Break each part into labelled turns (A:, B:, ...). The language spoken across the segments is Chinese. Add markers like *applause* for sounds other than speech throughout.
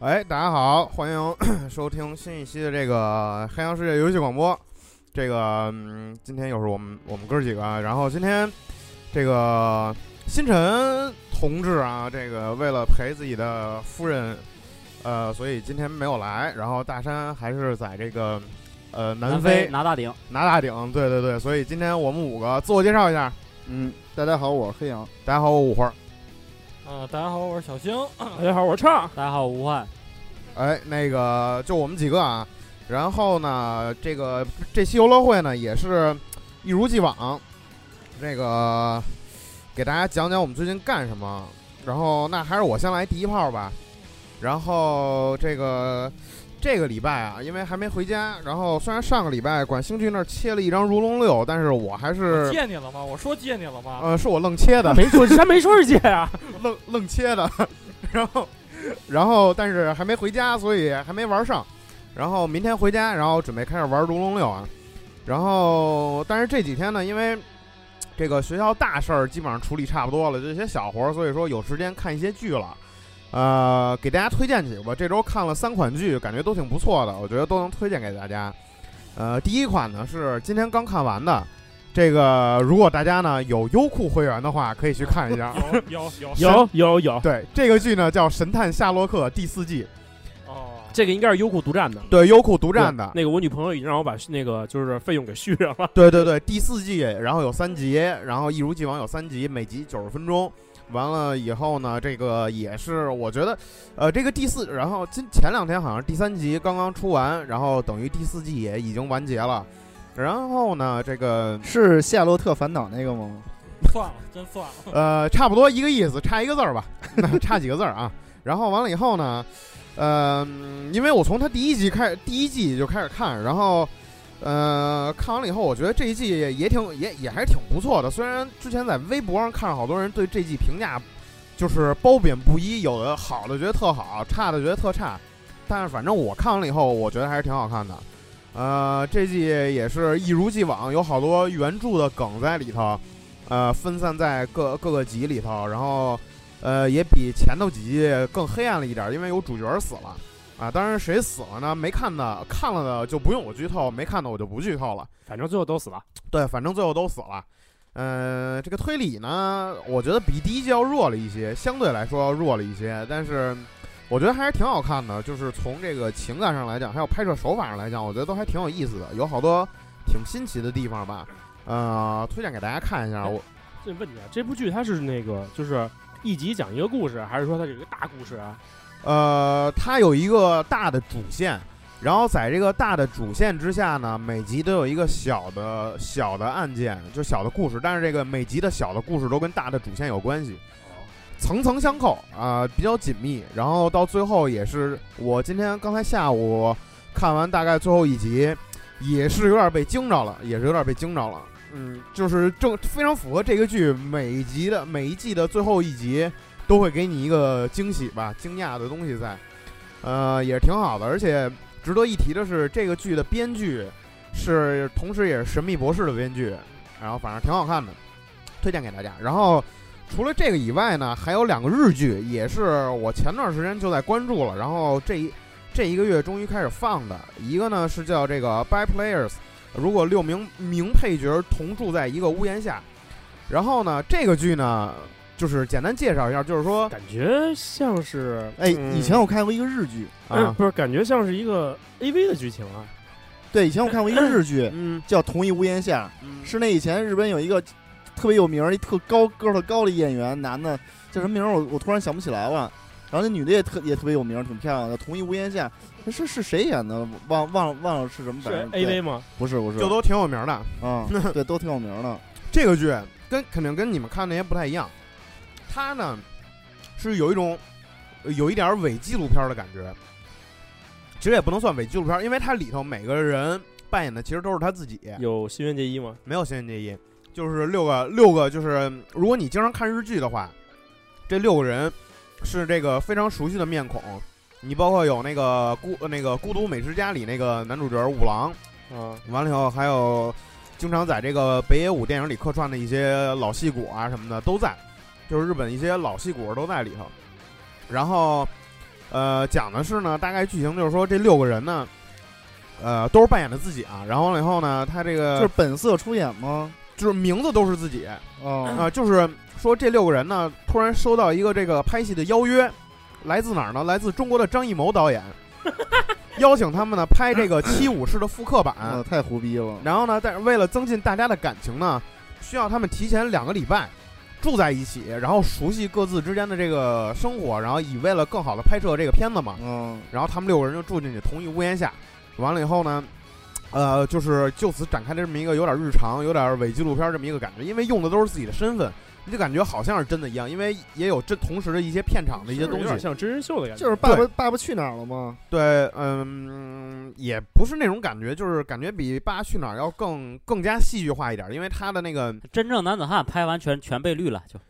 A: 哎，大家好，欢迎 *coughs* 收听新一期的这个《黑羊世界游戏广播》。这个、嗯、今天又是我们我们哥几个啊，然后今天这个星辰同志啊，这个为了陪自己的夫人，呃，所以今天没有来。然后大山还是在这个呃南非
B: 拿大顶，
A: 拿大顶，对对对。所以今天我们五个自我介绍一下，
C: 嗯，大家好，我是黑羊。
A: 大家好，我五花。
D: 啊、大家好，我是小星。
E: 大家好，我是畅。
B: 大家好，吴焕。
A: 哎，那个就我们几个啊，然后呢，这个这期游乐会呢也是一如既往，这个给大家讲讲我们最近干什么。然后那还是我先来第一炮吧。然后这个这个礼拜啊，因为还没回家，然后虽然上个礼拜管兴趣那儿切了一张《如龙六》，但是我还是
D: 借你了吗？我说借你了吗？
A: 呃是我愣切的，
E: 没说，咱没说是借啊。
A: *laughs* 愣愣切的，然后然后但是还没回家，所以还没玩上。然后明天回家，然后准备开始玩《如龙六》啊。然后但是这几天呢，因为这个学校大事儿基本上处理差不多了，这些小活儿，所以说有时间看一些剧了。呃，给大家推荐几个吧。这周看了三款剧，感觉都挺不错的，我觉得都能推荐给大家。呃，第一款呢是今天刚看完的，这个如果大家呢有优酷会员的话，可以去看一下。
D: 有有
E: 有有有，
A: *laughs* 对，这个剧呢叫《神探夏洛克》第四季，
D: 哦，
E: 这个应该是优酷独占的。
A: 对，优酷独占的。
E: 那个我女朋友已经让我把那个就是费用给续上
A: *laughs*
E: 了。
A: 对对对，第四季，然后有三集，然后一如既往有三集，每集九十分钟。完了以后呢，这个也是我觉得，呃，这个第四，然后今前两天好像第三集刚刚出完，然后等于第四季也已经完结了。然后呢，这个
C: 是夏洛特烦恼那个吗？
D: 算了，真算了。
A: 呃，差不多一个意思，差一个字儿吧， *laughs* 那差几个字儿啊。然后完了以后呢，呃，嗯因为我从他第一集开始，第一季就开始看，然后，呃，看完了以后，我觉得这一季也挺也也还是挺不错的。虽然之前在微博上看好多人对这季评价就是褒贬不一，有的好的觉得特好，差的觉得特差，但是反正我看完了以后，我觉得还是挺好看的。呃，这季也是一如既往，有好多原著的梗在里头，呃，分散在各各个集里头，然后呃，也比前头几季更黑暗了一点儿，因为有主角儿死了啊。当然，谁死了呢？没看的看了的就不用我剧透，没看的我就不剧透了。
E: 反正最后都死了。
A: 对，反正最后都死了。呃，这个推理呢，我觉得比第一季要弱了一些，相对来说弱了一些，但是我觉得还是挺好看的。就是从这个情感上来讲，还有拍摄手法上来讲，我觉得都还挺有意思的，有好多挺新奇的地方吧。呃，推荐给大家看一下。我
E: 这问你啊，这部剧它是那个就是一集讲一个故事，还是说它是一个大故事啊？
A: 呃，它有一个大的主线，然后在这个大的主线之下呢，每集都有一个小的小的案件，就小的故事，但是这个每集的小的故事都跟大的主线有关系，层层相扣啊、比较紧密。然后到最后也是，我今天刚才下午看完大概最后一集，也是有点被惊着了，也是有点被惊着了。嗯，就是正非常符合这个剧每一集的每一季的最后一集，都会给你一个惊喜吧，惊讶的东西在，呃，也是挺好的。而且值得一提的是，这个剧的编剧是同时也是《神秘博士》的编剧，然后反正挺好看的，推荐给大家。然后除了这个以外呢，还有两个日剧，也是我前段时间就在关注了，然后这一这一个月终于开始放的。一个呢是叫这个《By Players》，如果六名名配角同住在一个屋檐下，然后呢这个剧呢。就是简单介绍一下，就是说，
E: 感觉像是
C: 哎，
E: 嗯
C: 以前我看过一个日剧，
E: 嗯
A: 啊，
E: 不是感觉像是一个 A V 的剧情啊。
C: 对，以前我看过一个日剧，
E: 嗯，
C: 叫《同一屋檐下》，是那以前日本有一个特别有名儿、一特高个儿特高的演员，男的叫什么名儿？我我突然想不起来了。然后那女的也特也特别有名儿，挺漂亮的，《同一屋檐下》是是谁演的？忘忘了忘了是什么
E: 是
C: 版本？
E: A
C: 对
E: V 吗？
C: 不是不是，
A: 就嗯都挺有名的。
C: *laughs* 啊，对，都挺有名儿的。
A: 这个剧跟肯定跟你们看那些不太一样，它呢是有一种呃有一点儿伪纪录片儿的感觉，其实也不能算伪纪录片儿，因为它里头每个人扮演的其实都是他自己，
E: 有新垣结衣吗？
A: 没有新垣结衣，就是六个六个，就是如果你经常看日剧的话，这六个人是这个非常熟悉的面孔。你包括有那个孤呃那个孤独美食家里那个男主角五郎，
E: 啊，
A: 完了以后还有经常在这个北野武电影里客串的一些老戏骨啊什么的都在，就是日本一些老戏骨都在里头。然后，呃，讲的是呢，大概剧情就是说这六个人呢，呃，都是扮演的自己啊。然后了以后呢，他这个
C: *laughs* 就是本色出演吗？
A: 就是名字都是自己啊、
C: 哦，
A: 呃就是说这六个人呢，突然收到一个这个拍戏的邀约，来自哪儿呢？来自中国的张艺谋
C: *laughs*
A: 导演，邀请他们呢拍这个《七武士》的复刻版。
C: 啊，太胡逼了。
A: 然后呢，但是为了增进大家的感情呢，需要他们提前两个礼拜住在一起，然后熟悉各自之间的这个生活，然后以为了更好的拍摄这个片子嘛。
C: 嗯，
A: 然后他们六个人就住进去同一屋檐下，完了以后呢，呃，就是就此展开这么一个有点日常、有点伪纪录片这么一个感觉，因为用的都是自己的身份，你就感觉好像是真的一样，因为也有这同时的一些片场的一些
E: 是不
A: 东
E: 是有
A: 西
E: 点，像真人秀的感觉，
C: 就是爸爸爸爸去哪儿了吗？
A: 对，嗯，也不是那种感觉，就是感觉比《爸爸去哪儿》要更更加戏剧化一点，因为他的那个
B: 真正男子汉拍完全全被绿了，就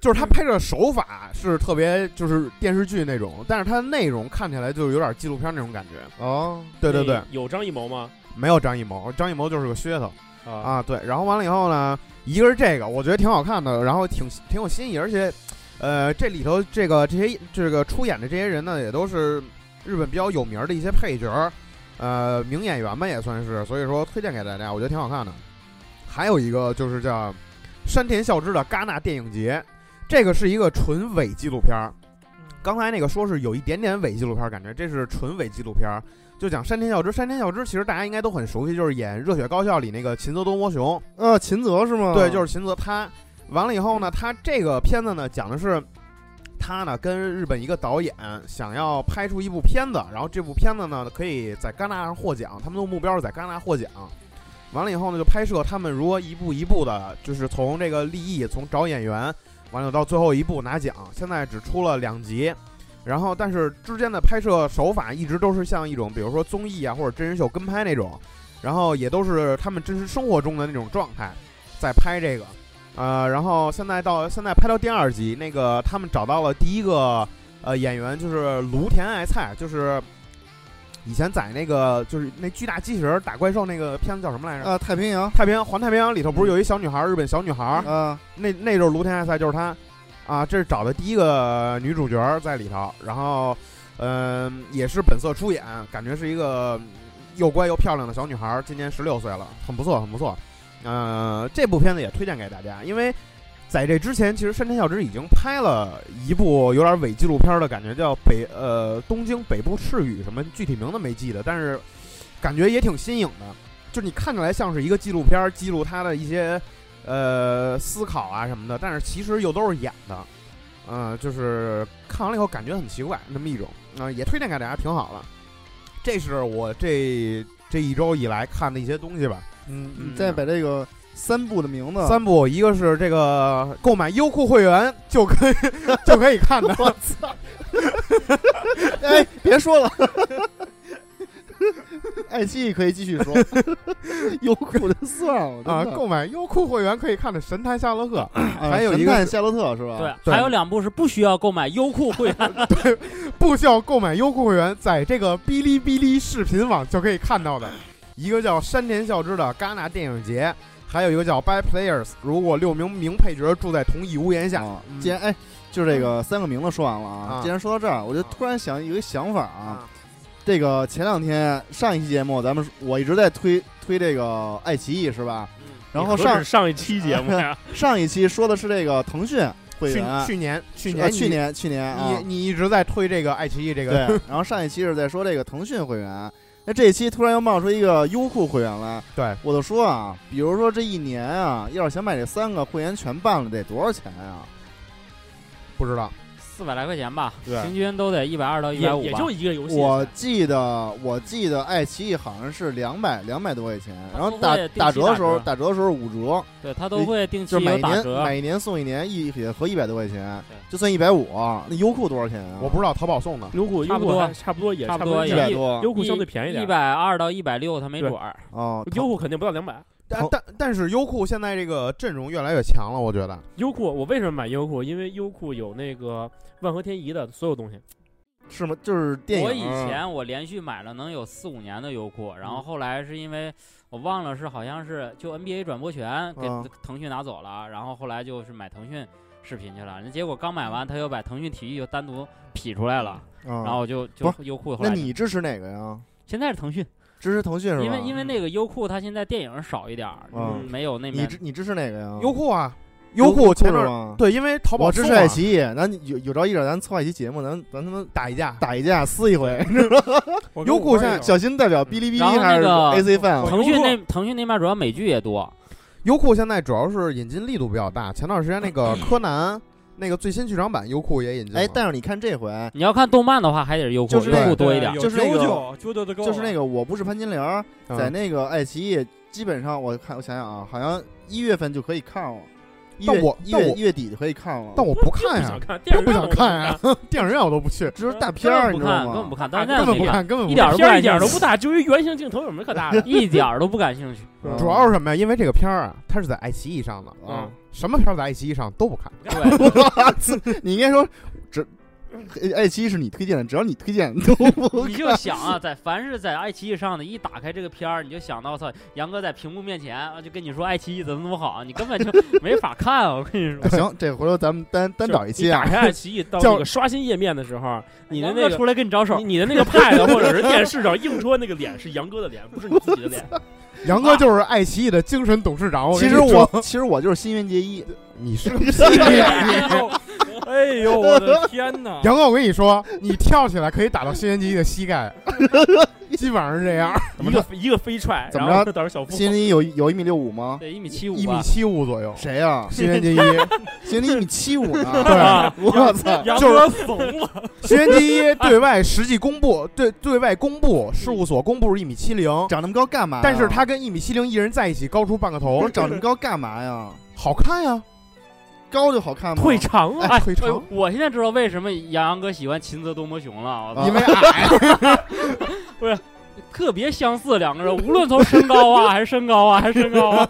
A: 就是他拍摄手法是特别就是电视剧那种，但是他的内容看起来就有点纪录片那种感觉。
C: 哦，
A: 对对对
E: 那，有张艺谋吗？
A: 没有张艺谋，张艺谋就是个噱头
E: 啊，
A: 啊。对，然后完了以后呢，一个是这个，我觉得挺好看的，然后挺挺有新意，而且，呃，这里头这个这些这个出演的这些人呢，也都是日本比较有名儿的一些配角儿，呃，名演员吧也算是，所以说推荐给大家，我觉得挺好看的。还有一个就是叫山田孝之的戛纳电影节，这个是一个纯伪纪录片儿。刚才那个说是有一点点伪纪录片儿感觉，这是纯伪纪录片儿，就讲山田孝之。山田孝之其实大家应该都很熟悉，就是演《热血高校》里那个秦泽东摸雄，
C: 啊，秦泽是吗？
A: 对，就是秦泽他。完了以后呢，他这个片子呢讲的是他呢跟日本一个导演想要拍出一部片子，然后这部片子呢可以在戛纳上获奖，他们的目标是在戛纳获奖。完了以后呢，就拍摄他们如何一步一步的，就是从这个立意，从找演员，完了到最后一步拿奖。现在只出了两集，然后但是之间的拍摄手法一直都是像一种，比如说综艺啊或者真人秀跟拍那种，然后也都是他们真实生活中的那种状态。在拍这个，呃，然后现在到现在拍到第二集，那个他们找到了第一个呃演员，就是芦田爱菜，就是以前在那个就是那巨大机器人打怪兽那个片子叫什么来着？
C: 啊，太平洋
A: 太平洋环太平洋里头不是有一小女孩，日本小女孩，
C: 啊，
A: 那那就是芦田爱菜，就是她啊，这是找的第一个女主角在里头，然后嗯、也是本色出演，感觉是一个又乖又漂亮的小女孩，今年十六岁了，很不错，很不错。呃，这部片子也推荐给大家，因为在这之前，其实山田孝之已经拍了一部有点伪纪录片的感觉，叫北呃东京北部赤羽什么，具体名字没记得，但是感觉也挺新颖的，就是你看起来像是一个纪录片，记录他的一些呃思考啊什么的，但是其实又都是演的，嗯、就是看完了以后感觉很奇怪，那么一种，啊、也推荐给大家，挺好了。这是我这这一周以来看的一些东西吧。
C: 嗯，
A: 嗯
C: 你再把这个三部的名字，
A: 三部，一个是这个购买优酷会员就可以 *laughs* 就可以看的，
C: 我操！ *laughs* 哎，别说了， *laughs* 爱奇艺可以继续
A: *laughs*
C: 说，优酷的算了
A: 啊，
C: 真的
A: 购买优酷会员可以看的《神探夏洛克》
C: 啊
A: 还有一
C: 神
A: 个
C: 探夏洛特是吧？
B: 对，
A: 对
B: 还有两部是不需要购买优酷会员，
A: 不需要购买优酷会员，在这个哔哩哔哩视频网就可以看到的。一个叫山田孝之的戛纳电影节，还有一个叫 By Players。如果六名名配角住在同一屋檐下，
C: 啊
A: 嗯
C: 既然哎，就这个三个名字说完了啊
A: 啊，
C: 既然说到这儿，我就
A: 啊
C: 突然想有一个想法啊
A: 啊，
C: 这个前两天上一期节目咱们我一直在推推这个爱奇艺是吧？
A: 嗯
C: 然后
E: 你何
C: 上
E: 止上一期节目呀，
C: 上一期说的是这个腾讯会
A: 去
C: 员，
A: 去年去
B: 哎
C: 啊
A: 年
C: 去年去年啊
A: 你，你一直在推这个爱奇艺这
B: *laughs*
C: 对
A: *laughs* 个，
C: 然后上一期是在说这个腾讯会员，那这一期突然又冒出一个优酷会员来，
A: 对
C: 我就说啊，比如说这一年啊，要是想把这三个会员全办了，得多少钱啊？
A: 不知道
B: 四百来块钱吧，
C: 对
B: 平均都得一百二到一百
E: *laughs* 也
B: 五
E: 也
B: 吧
E: 就。一个游戏。
C: 我记得我记得爱奇艺好像是两百两百多块钱，然后打
B: 它不会定期
C: 打折的时候
B: 打折
C: 打折的时候五折，
B: 对他都会定期
C: 就是
B: 有
C: 买一
B: 打
C: 年
B: 折
C: 买，一年送一年，一也合一百多块钱
B: 对，
C: 就算一百五。那优酷多少钱啊？
A: 我不知道淘宝送的。
E: 优酷
B: 差
E: 优
B: 不
E: 酷
B: 多
E: 还差不多也
B: 差不
E: 不
B: 多
E: 多
C: 一
B: 也
E: 一
C: 百
E: 百，
C: 多
E: 优酷相对便宜点
B: 一百二到一百六，他没准儿。
C: 哦，
E: 优酷肯定不到两百。
C: 腾
A: 但
C: 好
A: 但但是优酷现在这个阵容越来越强了，我觉得。
E: 优酷，我为什么买优酷？因为优酷有那个万和天宜的所有东西。
C: 是吗？就是电影。啊嗯
B: 我以前我连续买了能有四五年的优酷，然后后来是因为我忘了是好像是就 NBA 转播权给
C: 嗯
B: 腾讯拿走了，然后后来就是买腾讯视频去了，人结果刚买
C: 嗯
B: 完他又把腾讯体育又单独劈出来了，
C: 然
B: 然后就就优酷后
C: 嗯那
B: 来
C: 你支持哪个呀？
B: 现在是腾讯，
C: 支持腾讯是吧？
B: 因为因为那个优酷它现在电影少一点儿，
C: 嗯
B: 没有那
C: 你
B: 边
C: 支你支持哪个呀？
A: 优酷啊，
C: 优
A: 酷前
C: 是
A: 面
C: 吗？
A: 对，因为淘宝
C: 我支
A: 送
C: 持
A: 啊
C: 爱奇艺，咱有有朝一日咱策划一期节目，咱咱他妈
A: 打一架，
C: 打一架撕一 *laughs* 回，
D: 我
A: 优
D: 跟
A: 酷
D: 我
A: 现在
D: 玩一会儿
C: 小心代表哔哩哔
B: 然后
C: 哩
B: 那
C: 还是
B: 个
C: AC Fan
B: 腾讯
D: 优
B: 那腾讯那边主要美剧也多，
A: 优酷现在主要是引进力度比较大。前段时间那个柯南那个最新剧场版，优酷也引进了。
C: 哎，但是你看这回，
B: 你要看动漫的话还得是优酷，
C: 就是
B: 优
A: 那
B: 酷多一
D: 对
B: 点儿。
D: 有
C: 就是那
D: 九
C: 个
D: 九九九的够了，
C: 就是那个我不是潘金莲儿，
A: 嗯
C: 在那个爱奇艺，基本上我看我想想啊，好像一月份就可以看了，一
A: 但
C: 月
A: 我
C: 一
A: 但
C: 月
A: 我
C: 一月底就可以看了，
A: 但我不看
E: 不
A: 呀
E: 想，看，电
A: 真
E: 影
A: 不
E: 院
A: 想
E: 我都
A: 看呀， *laughs* 电影院我都不去，
C: 这是大片
B: 根
C: 儿，
B: 本
C: 你
B: 不
C: 知
B: 看，
C: 道
B: 根本不
E: 啊
A: 根本
C: 吗？
B: 看，到现在都
A: 不
B: 没看，
A: 看，根本不
B: 一点儿
A: 看
B: 都不
E: 片儿
B: 感
E: 一点都
B: 兴
E: 不
B: 趣，
E: 大，就一圆形镜头有什么可大
C: *laughs*
E: 的？
B: 一点儿都不感兴趣。
C: 嗯
A: 主要是什么呀？因为这个片儿啊，它是在爱奇艺上的，
C: 啊，
A: 什么片儿在爱奇艺上都不看。
B: 对，
C: 你应该说只。呃爱奇艺是你推荐的，只要你推荐都不
B: 你就想啊，在凡是在爱奇艺上的，一打开这个片儿，你就想到操，杨哥在屏幕面前啊，就跟你说爱奇艺怎么怎么好，你根本就没法看啊。我跟你说，
C: *laughs* 行，这回头咱们单单找一期啊
E: 打。开爱奇艺到
A: 叫
E: 那个刷新页面的时候，你的
B: 杨
E: 那
B: 哥
E: 个
B: 出来跟你招手
E: 你，你的那个 Pad 或者是电视上映出来那个脸是杨哥的脸，不是你自己的脸。
A: 杨哥就是爱奇艺的精神董事长。
E: 哦
A: 我
C: 其
A: 跟
C: 实
A: 你说
C: 我其实我就是新垣结衣，
A: 你是 *laughs*
D: 哎呦我的天哪！
A: 杨哥，我跟你说，你跳起来可以打到新垣结衣的膝盖，基本上是这样，
E: 一个一个飞踹，
C: 怎么
E: 然后
C: 着
E: 导致小夫
C: 新垣结衣有有一米六
E: *laughs*
C: 五吗？
B: 对，一米七五
A: *laughs* 一米
B: 吧。
A: 七五左右。
C: 谁呀？
A: 新垣结衣，
C: 新垣结衣一米七五呢？
E: *laughs* 啊
A: 对，
C: 我操！
D: 杨
A: 就是
D: 哥怂了，
A: *laughs* 新垣结衣对外实际公布，对对外公布，事务所公布是一米七零，
C: 长那么高干嘛呀？
A: 但是他跟一米七零一人在一起，高出半个
C: 我
A: 头
C: 说，长那么高干嘛呀？
A: 好看呀，
C: 高就好看吗？
E: 腿长啊，
A: 哎，腿长，
B: 我现在知道为什么杨洋哥喜欢秦泽多摩雄了，我操
C: 啊
A: 因为矮，
B: 特别相似两个人，无论从身高啊，还是身高啊，还是身高啊，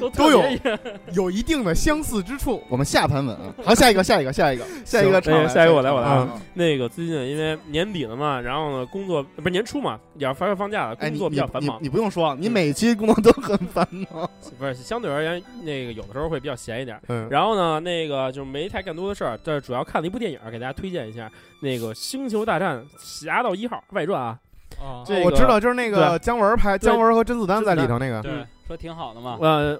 B: 都特
A: 都有
B: 别嗯
A: 有一定的相似之处。
C: 我们下盘稳啊。 *laughs* 好，下一个，下一个，下一个，下一个场
E: 哎
C: 来，
E: 下一个我来
C: 场
E: 我来
A: 啊。
E: 那个最近因为年底了嘛，然后呢工作不是年初嘛，也要反正放假了，
C: 哎，
E: 工
C: 你
E: 作比
C: 你
E: 较繁
C: 你
E: 忙，嗯
C: 你不用说，你每期工作都很繁忙。
E: 不是相对而言那个有的时候会比较闲一点。
A: 嗯，
E: 然后呢，那个就没太干多的事儿，但是主要看了一部电影，给大家推荐一下，那个《星球大战：侠盗一号》外传啊，
D: 啊
E: 这个
A: 我知道，就是那个姜文拍，
E: 对
A: 姜文和甄子丹在里头那个，
D: 对，
B: 说挺好的嘛。
C: 啊
E: 呃，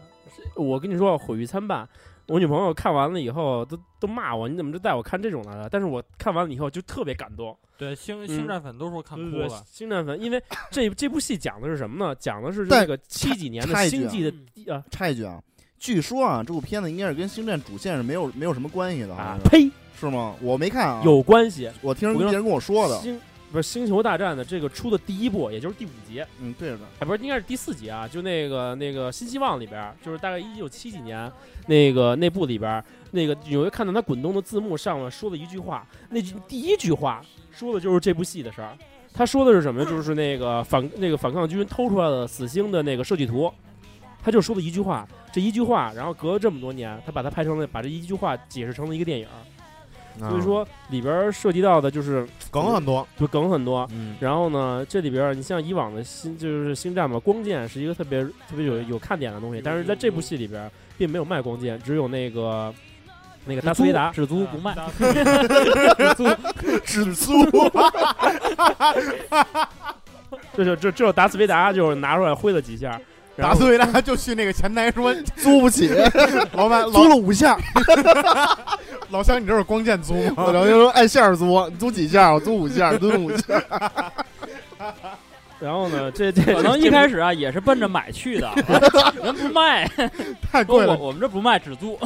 E: 我跟你说，毁誉参半。我女朋友看完了以后都都骂我，你怎么就带我看这种来了？但是我看完了以后就特别感动，
D: 对星星战粉都说看
E: 对
D: 哭
E: 对对
D: 了，，
E: 星战粉，因为这这部戏讲的是什么呢？讲的是
C: 但
E: 这个七几年的
C: 插一句
E: 星际的
B: 嗯
E: 第啊
C: 插一句啊，据说啊，这部片子应该是跟星战主线是没有没有什么关系的，好
E: 啊
C: 像，是
E: 呸，
C: 是吗？我没看啊，
E: 有关系。
C: 我听人
E: 我跟
C: 别
E: 你说
C: 人跟我说的。
E: 星不是《星球大战》的这个出的第一部，也就是第五集，
C: 嗯，对的。
E: 哎，不是，应该是第四集啊，就那个那个新希望里边儿，就是大概一九七几年那个那部里边儿，那个有人看到他滚动的字幕上了，说了一句话，那句第一句话说的就是这部戏的事儿。他说的是什么呢？就是那个反那个反抗军偷出来了死星的那个设计图，他就说了一句话，这一句话，然后隔了这么多年，他把它拍成了，把这一句话解释成了一个电影儿。
A: 嗯
E: 所以说里边儿涉及到的就是
A: 梗很多。
E: 就梗很多，
A: *laughs* 嗯，
E: 然后呢，这里边儿你像以往的星就是星战嘛，光剑是一个特别特别有有看点的东西，但是在这部戏里边儿并没有卖光剑，只有那个那个达斯维达，
B: 只租不卖，
D: 啊
C: 只租
E: 这就这只有达斯维达就是拿出来挥了几下， *laughs* 然
A: 达
E: 后
A: 斯维达就去那个前台说
C: *laughs* 租不起，
A: 老板，
C: 租
A: 老
C: 了五下，
A: 老乡，你这是光剑租吗？
C: 然后就说按下儿租，你租几下？我租五下， *laughs* 你租五下。
E: 然后呢，这这
B: 可能一开
E: 始
B: 始啊也是奔着买去的，啊人不卖，
A: 太
B: 说
A: 贵
B: 我
A: 了，
B: 我们这不卖，只租。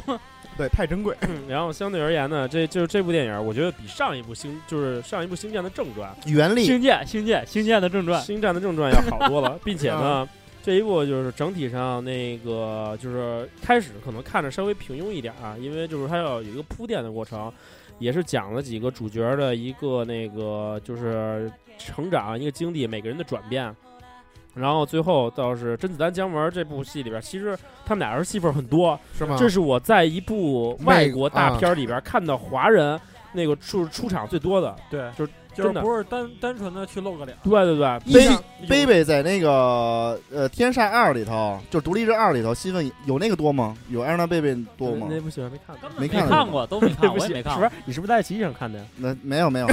A: 对，太珍 *laughs* 贵。
E: 然后相对而言呢，这就是这部电影儿，我觉得比上一部星就是上一部星战的正传，
C: 原力
B: 星舰，星舰，星舰的正传，
E: 星战的正传要好多了，并且呢，这一部就是整体上那个就是开始可能看着稍微平庸一点啊，因为就是它要有一个铺垫的过程，也是讲了几个主角啊的一个那个就是成长，一个经历，每个人的转变。然后最后倒是甄子丹、姜文这部戏里边，其实他们俩人戏份很多。
A: 是
C: 啊
A: 吗？
E: 这是我在一部外国大片里边看到华人那个出出场最多的。
D: 对，
E: 就是
D: 就是
E: 真的
D: 不是单单纯的去露个脸，
E: 对对对，
C: 贝
D: 像有
C: 贝贝在那个呃《天煞二》里头，就是《独立日二》里头，戏份有那个多吗？有艾瑞娜贝贝多吗？
E: 那部戏我还没看过。
B: 根本
C: 没看
B: 看过，都没看，
E: *laughs* 不
B: 我
E: 是
B: 也没看啊
E: 是
B: 过
E: 不。是？你是不是在爱奇艺上看的呀？
C: 那没有没有，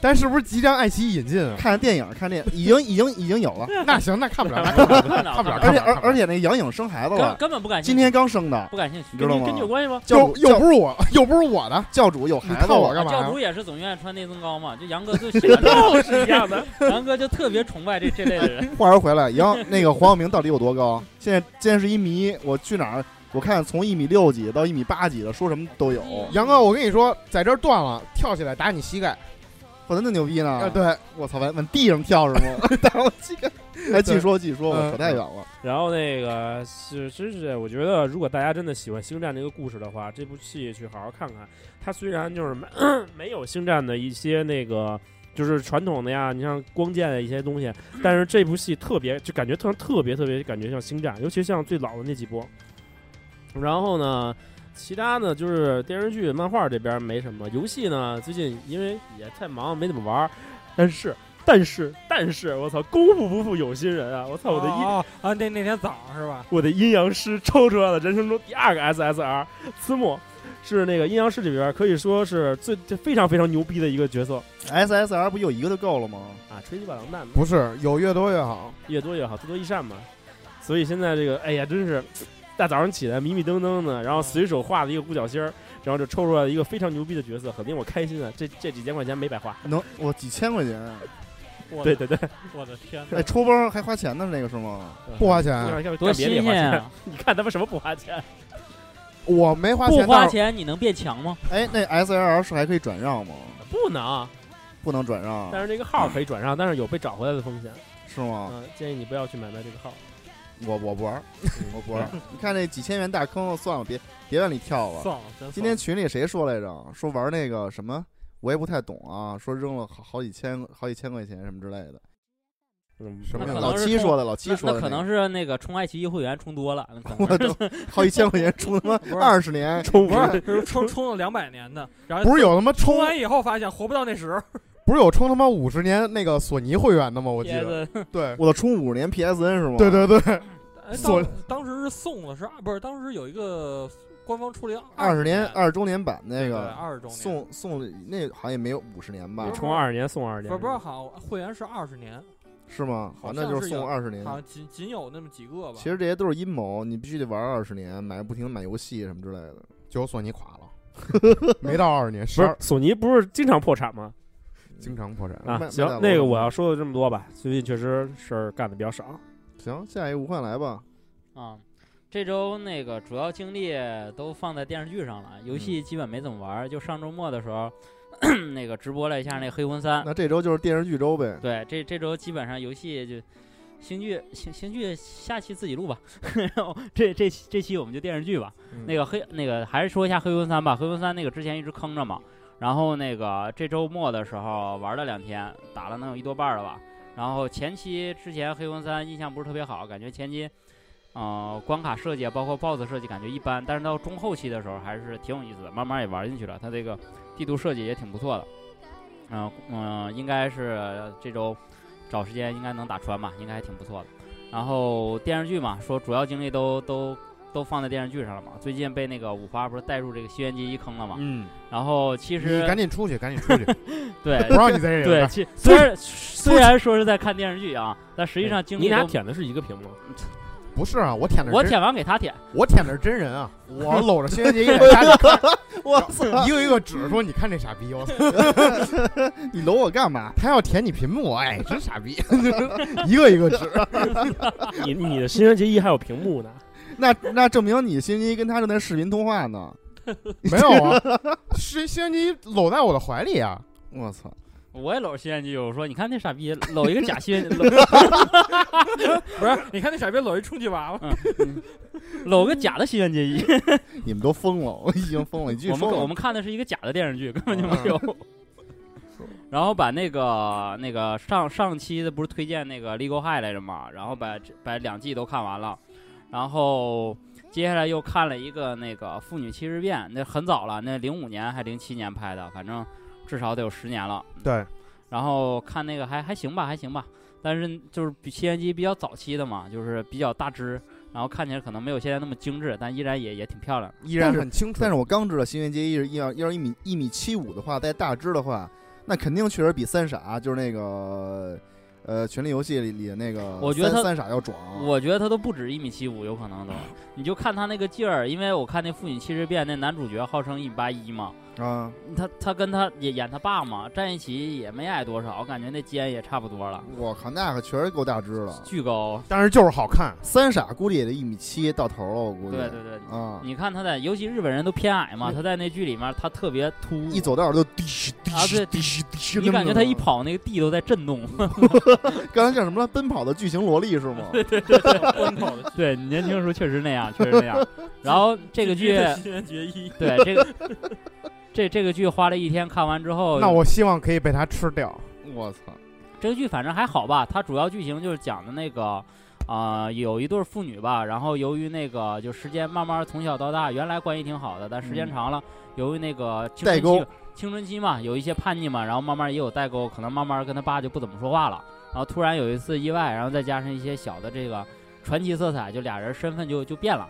A: 但是不是即将爱奇艺引进啊？ *laughs*
C: 看电影看电影已经已经已经有了，
A: 那行， *laughs* 那看不了， *laughs* 那看不了，
B: 看不了
A: 看不了，
C: 而且
A: 看不
C: 而
A: 了
C: 而且那杨颖生孩子
B: 根
C: 了，
B: 根本不感兴
C: 今
B: 趣，
C: 天刚生的，
B: 不感兴趣
C: 你。知道吗
E: 跟你有关系吗？
C: 教
A: 又
C: 主
A: 又
C: 教
A: 不是我， *laughs* 又不是我的，
C: 教主有
A: 你
C: 孩子
A: 靠我
C: 了，
A: 干
B: 教
A: 嘛
B: 主？也是总愿意穿内增高嘛，就杨哥就喜欢这种，
E: 是一样的。
B: 杨哥就特别崇拜这这类的
A: *laughs*
B: 人。
C: 话说回来，杨那个黄晓 *laughs* 明到底有多高？现在现在是一米，我去哪儿？我看从一米六几到一米八几的，说什么都有。
A: 杨哥，我跟你说，在这儿断了，跳起来打你膝盖。
C: 我操，那牛逼呢
A: 啊，！对，
C: 我操，往往地上跳是吗？ *laughs* 打我膝盖！哎，继续说，继续说，我
A: 嗯
C: 扯太远了。
E: 然后那个是，真是我觉得，如果大家真的喜欢《星战》这个故事的话，这部戏去好好看看。它虽然就是没 *clears throat* 没有《星战》的一些那个。就是传统的呀，你像光剑的一些东西，但是这部戏特别，就感觉特特别特别，感觉像星战，尤其像最老的那几波。然后呢，其他呢就是电视剧、漫画这边没什么，游戏呢最近因为也太忙，没怎么玩儿。但是，但是，但是，我操，功夫不负有心人啊！我操，我的一
D: 啊啊！那那天早上是吧？
E: 我的阴阳师抽出来了人生中第二个 SSR 慈母，是那个阴阳师里边可以说是最非常非常牛逼的一个角色
C: SSR 不有一个就够了吗？
E: 啊，吹鸡巴狼蛋吧，
A: 不是有越多越好。
E: 越多越好，多多益善嘛。所以现在这个，哎呀，真是大早上起来迷迷瞪瞪的，然后随手画了一个五角星儿，然后就抽出来一个非常牛逼的角色，很令我开心啊！这这几千块钱没白花，
C: 能，我几千块钱，啊
D: 我
E: 对
D: 的
E: 对对，
D: 我的天哪
C: 哎，！抽包还花钱呢，那个是吗？
A: 不花钱啊
E: 你看
B: 多
E: 别
B: 新
E: 的也嗯花
B: 鲜
E: 钱，
B: 啊！
E: 你看他们什么不花钱？
A: 我没花
B: 不
A: 钱，
B: 花
A: 但是
B: 钱你能变强吗？
C: 哎，那 SLR 是还可以转让吗？
E: 不能，
C: 不能转让，
E: 但是这个号可以转让，但是有被找回来的风险。
C: 是吗？
E: 嗯，建议你不要去买卖这个号。
C: 我我不玩儿， *laughs* 我不玩儿。你看那几千元大坑，算了，别别往里跳了。
D: 算了，咱
C: 今天群里谁说来着？说玩那个什么，我也不太懂啊。说扔了好好几千、好几千块钱什么之类的。
E: 嗯，
A: 什么
B: 那
A: 呀
B: 可能
C: 老
B: 是
C: 七
B: 充
C: 说的，老
B: 那
C: 七说
B: 那
C: 的、
B: 可
C: 那
B: 能
C: 个。
B: 是那个充爱奇艺会员充多了，那可能
C: *laughs* 我都好几千块钱，充他妈二十年，
E: 充
D: 不是是充充了两百年的，然后
A: 不是有他妈充
D: 充，完以后发现活不到那时候，
A: 不是有充他妈五十年那个索尼会员的吗？我记
B: 帖
A: 得，
B: 子
A: 对，
C: 我操，充五十年 PSN 是吗？
A: 对对对，
D: 哎
A: 所
D: 当当时是送了是二不是？当时有一个官方出了一个
C: 二十年
D: 年
C: 二十周年版那
D: 对
C: 个
D: 二十周年
C: 送送了那好像也没有五十年吧
E: 你？充二十年送二十年，
D: 不是不是好像会员是二十年，
C: 是吗？
D: 好
C: 那
D: 像
C: 就是
D: 是有
C: 送二十年
D: 好。像仅仅有那么几个吧
C: 其。实这些都是阴谋，你必须得玩二十年，买不停地买游戏什么之类的。
A: 就索尼垮了， *laughs* 没到二十年，
E: 不
A: 十
E: 是
A: 二
E: 索尼不是经常破产吗？
A: 经常破产。
E: 啊
C: 麦，
E: 行
C: 麦大，
E: 那个
C: 楼
E: 我要说的这么多吧，最近确实事儿干的比较少。
C: 行，下一个吴焕来吧。
B: 啊。这周那个主要精力都放在电视剧上了，游戏基本没怎么玩儿。就上周末的时候， *clears throat* 那个直播了一下那个《黑魂三》，
C: 那这周就是电视剧周呗。
B: 对，这这周基本上游戏就星剧星星剧下期自己录吧， *laughs* 然后这这期这期我们就电视剧吧。
A: 嗯
B: 那个黑那个还是说一下黑魂三吧，黑魂三那个之前一直坑着嘛，然后那个这周末的时候玩了两天，打了能有一多半儿了吧。然后前期之前黑魂三印象不是特别好，感觉前期。呃，关卡设计啊包括 BOSS 设计感觉一般，但是到中后期的时候还是挺有意思的，慢慢也玩进去了。它这个地图设计也挺不错的，嗯、嗯、应该是这周找时间应该能打穿吧，应该还挺不错的。然后电视剧嘛，说主要精力都都都放在电视剧上了嘛。最近被那个五花不是带入这个西园记一坑了嘛，
E: 嗯，
B: 然后其
A: 你
B: 实
A: 赶紧出去，赶紧 *laughs* 出去，
B: 对
A: 不让你在这里
B: 对，
A: 了。
B: 其虽然虽然说是在看电视剧啊，但实际上
E: 哎
B: 精
E: 你
B: 力
E: 俩
B: 都
E: 舔的是一个屏幕，
B: *laughs*
A: 不是啊，我舔的是
B: 我
A: 真
B: 舔完给他舔，
A: 我舔的是真人啊，我搂着新垣结衣在家里看，
C: 我操！
A: 一个一个指着说：“你看这傻逼！”我操，
C: 你搂我干嘛？
A: 他要舔你屏幕，哎，真傻逼！ *laughs* 一个一个指，
E: 你你的新垣结衣还有屏幕呢，
C: 那那证明你星期一跟他正在视频通话呢。
A: 没有 *laughs* 啊，是新垣结衣搂在我的怀里啊，
C: 我操！
B: 我也搂着西园记，我说你看那傻逼搂一个假西园记，搂
D: 不是，你看那傻逼搂一充气娃娃，
B: 嗯搂个假的西园记一，
C: 你们都疯了，我已经疯了。你继续
B: 我们
C: 说吧。
B: 我们看的是一个假的电视剧，根本就没有。 *laughs* 然后把那个那个上上期的不是推荐那个《Legal High》来着嘛，然后把这把两季都看完了，然后接下来又看了一个那个《妇女七日变》，那很早了，那零五年还零七年拍的，反正至少得有十年了。
A: 对，
B: 然后看那个还还行吧，还行吧，但是就是比吸烟机比较早期的嘛，就是比较大只，然后看起来可能没有现在那么精致，但依然也也挺漂亮的。
A: 依然
C: 但是
A: 很清楚。
C: 但是我刚知道新垣结衣是一要要是一米一米七五的话，带大只的话，那肯定确实比三傻就是那个呃《权力游戏》里里的那个
B: 我觉得
C: 三
B: 他
C: 三傻要壮。
B: 我觉得他都不止一米七五，有可能都。你就看他那个劲儿，因为我看那《妇女七十变》，那男主角号称一米八一嘛，
C: 啊，
B: 他他跟他也演他爸嘛，站一起也没矮多少，我感觉那肩也差不多了，
C: 我靠，那可确实够大只了。
B: 巨高。
A: 但是就是好看，
C: 三傻估计也得一米七到头了，我估计。
B: 对对对，
C: 啊，
B: 你看他在，尤其日本人都偏矮嘛，他在那剧里面他特别突兀
C: 一，走道就滴淅滴
B: 啊对
C: 淅滴淅滴淅。
B: 你感觉他一，跑那个地都在震动。
C: 刚才叫什么来？奔跑的巨型萝莉是吗？
D: 奔跑的
B: 对你年轻的时候确实那样，确实那样。然后这
E: *laughs*
B: 个剧，
D: 新垣结衣，
B: 对这个 *laughs* 这这个剧花了一天看完之后，
A: *laughs* 那我希望可以被它吃掉。
C: 我操！
B: 这个剧反正还好吧，它主要剧情就是讲的那个，啊，有一对儿父女吧，然后由于那个就时间慢慢从小到大，原来关系挺好的，但时间
C: 嗯
B: 长了，由于那个青
C: 代
B: 春期
C: 沟
B: 青春期嘛，有一些叛逆嘛，然后慢慢也有代沟，可能慢慢跟他爸就不怎么说话了，然后突然有一次意外，然后再加上一些小的这个传奇色彩，就俩人身份就就变了，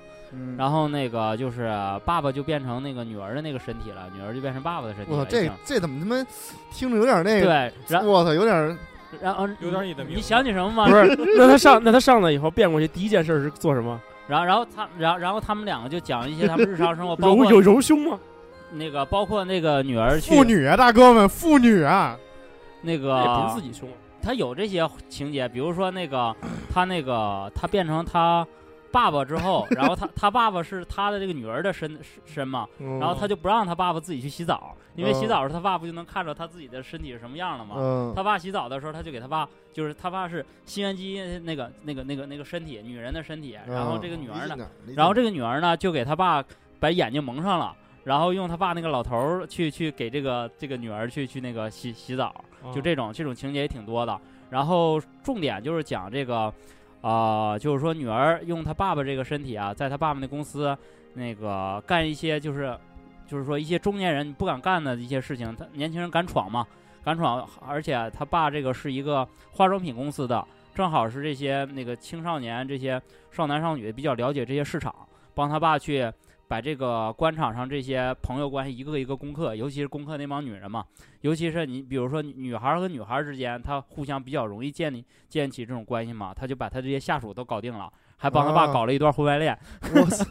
C: 然
B: *laughs* 然后那个就是爸爸就变成那个女儿的那个身体了，女儿就变成爸爸的身体
C: 我
B: 了
C: 操，
B: 已经，
C: 这这怎么他妈听着有点那个？
B: 对，然
C: 我操，有点
B: 然后
D: 有点你的命
B: 你想起什么吗
E: 不？是，那他上那他上来以后变过去，第一件事是做什么？
B: 然后，然后他，然后，然后他们两个就讲一些他们日常
E: *laughs*
B: 生活，包
E: 揉有
B: 括
E: 揉胸吗？
B: 那个，包括那个女儿去
A: 妇女啊，大哥们，妇女啊，
E: 那也
B: 那
E: 不是
B: 个，
E: 自己胸啊，
B: 他有这些情节，比如说那个，他那个，他变成他爸爸之后，然后他他爸爸是他的这个女儿的身身嘛，
E: 然
B: 然后他就不让他爸爸自己去洗澡，因为洗
C: 嗯
B: 澡时候他爸不就能看着他自己的身体是什么样了嘛。
C: 嗯，
B: 他爸洗澡的时候，他就给他爸，就是他爸是新垣机那个那个那个那个身体，女人的身
C: 嗯
B: 体，然后这个女儿呢，
C: 呢？
B: 然后这
C: 个
B: 个女儿呢，就给她爸把眼睛蒙上了，然后用她爸那个老头儿去去给这个这个女儿去去那个洗洗澡，
D: 嗯
B: 就这种这种情节也挺多的。然后重点就是讲这个，啊、就是说女儿用她爸爸这个身体啊，在她爸爸那公司那个干一些就是就是说一些中年人不敢干的一些事情，他年轻人敢闯嘛，敢闯，而且他爸这个是一个化妆品公司的，正好是这些那个青少年这些少男少女比较了解这些市场，帮他爸去把这个官场上这些朋友关系一个一个攻克，尤其是攻克那帮女人嘛，尤其是你比如说女孩儿和女孩儿之间，她互相比较容易建立建起这种关系嘛，他就把他这些下属都搞定了，还帮他爸
C: 啊
B: 搞了一段婚外恋，
C: 我操，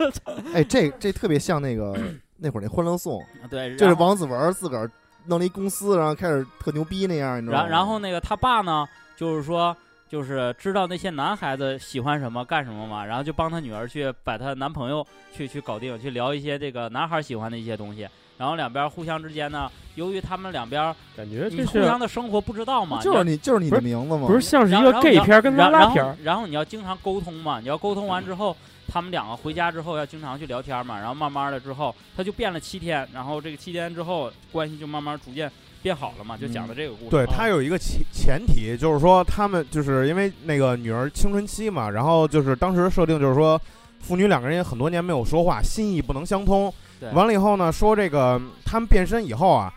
C: 哎，这这特别像那个
B: *clears throat*
C: 那会儿那《欢乐颂》，
B: 对，
C: 就是
B: 然后
C: 王子文自个儿弄了一公司，然后开始特牛逼那样，你知道
A: 嗯
C: 吗？
B: 然然后那个他爸呢，就是说，就是知道那些男孩子喜欢什么干什么嘛，然后就帮他女儿去把她男朋友去去搞定，去聊一些这个男孩喜欢的一些东西。然后两边互相之间呢，由于他们两边
E: 感觉
B: 你
E: 哎这
B: 互
E: 是
B: 相的生活不知道嘛，
C: 就是
B: 你
C: 你就是你的
E: 不是
C: 名字嘛，
E: 不是像是
B: 要
E: 一
B: 然
E: 个
B: 后
E: gay
B: 然后
E: 片儿跟拉
B: 然然
E: 拉
B: 后
E: 片
B: *laughs*
E: 儿？
B: 然后你要经常沟通嘛，你要
A: 嗯
B: 沟通完之后，他们两个回家之后要经常去聊天嘛，然后慢慢的之后他就变了七天，然后这个七天之后关系就慢慢逐渐变好了嘛，就
A: 嗯
B: 讲的这个故事。
A: 对，
B: 啊
A: 它有一个前前提，就是说他们就是因为那个女儿青春期嘛，然后就是当时设定就是说，父女两个人也很多年没有说话，心意不能相通
B: 对。
A: 完了以后呢，说这个他们变身以后啊，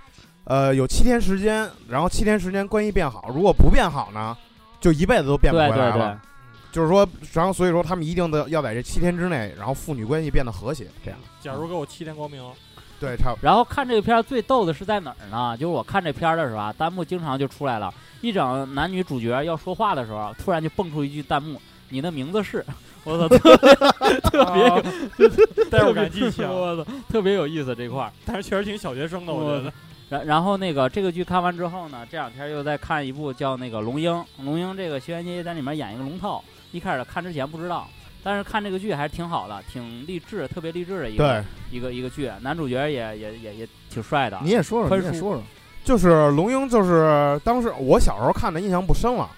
A: 呃，有七天时间，然后七天时间关系变好，如果不变好呢，就一辈子都变不回
B: 对对
A: 来
B: 对
A: 了。。就是说，然后所以说他们一定得要在这七天之内，然后父女关系变得和谐，这样
D: 假如给我七天光明，
A: 对，差不多。
B: 然后看这个片儿最逗的是在哪儿呢？就是我看这片儿的时候啊，弹幕经常就出来了，一整男女主角要说话的时候，突然就蹦出一句弹幕：“你的名字是？” *laughs* 我操，特
D: 特
B: 别有，
D: 代入
B: 特别
D: 感极强，
B: 我操，特别有意思这块儿。
D: 但是确实挺小学生的，我觉得。
B: 然然后那个这个剧看完之后呢，这两天又在看一部叫那个《龙樱》，《龙樱》这个轩辕剑在里面演一个龙套，一开始看之前不知道，但是看这个剧还是挺好的，挺励志，特别励志的一个
A: 对，
B: 一个一个剧，男主角也也也也挺帅的。
C: 你也说说，
B: 宽
C: 你也
B: 恕
C: 说说，。
A: 就是龙樱，就是当时我小时候看的，印象不深了。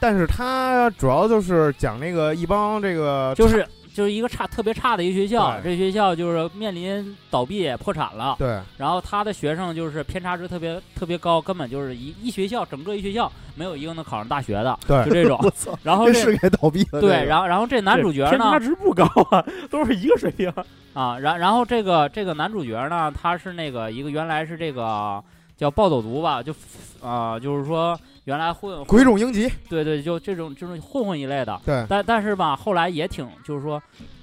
A: 但是它主要就是讲那个一帮这个
B: 就是就是一个差特别差的一个学校，
A: 对
B: 这学校就是面临倒闭破产了，
A: *laughs* 对，
B: 然后他的学生就是偏差值特别特别高，根本就是一一学校整个一学校没有一个能考上大学的，
A: 对
B: 就这种
C: 我操，
B: 然后
C: 这
B: 这
C: 是 *laughs* 该倒闭了。
B: 对，然后然后这男主角
E: 偏差
B: 呢
E: 值不高啊，都是一个水平。
B: 啊，然然后这个这个男主角呢，他是那个一个原来是这个叫暴走族吧，就啊、就是说原来混
A: 鬼冢英吉，
B: 对对，就这种这种混混一类的，
A: 对
B: 但但是吧，后来也挺，就是说，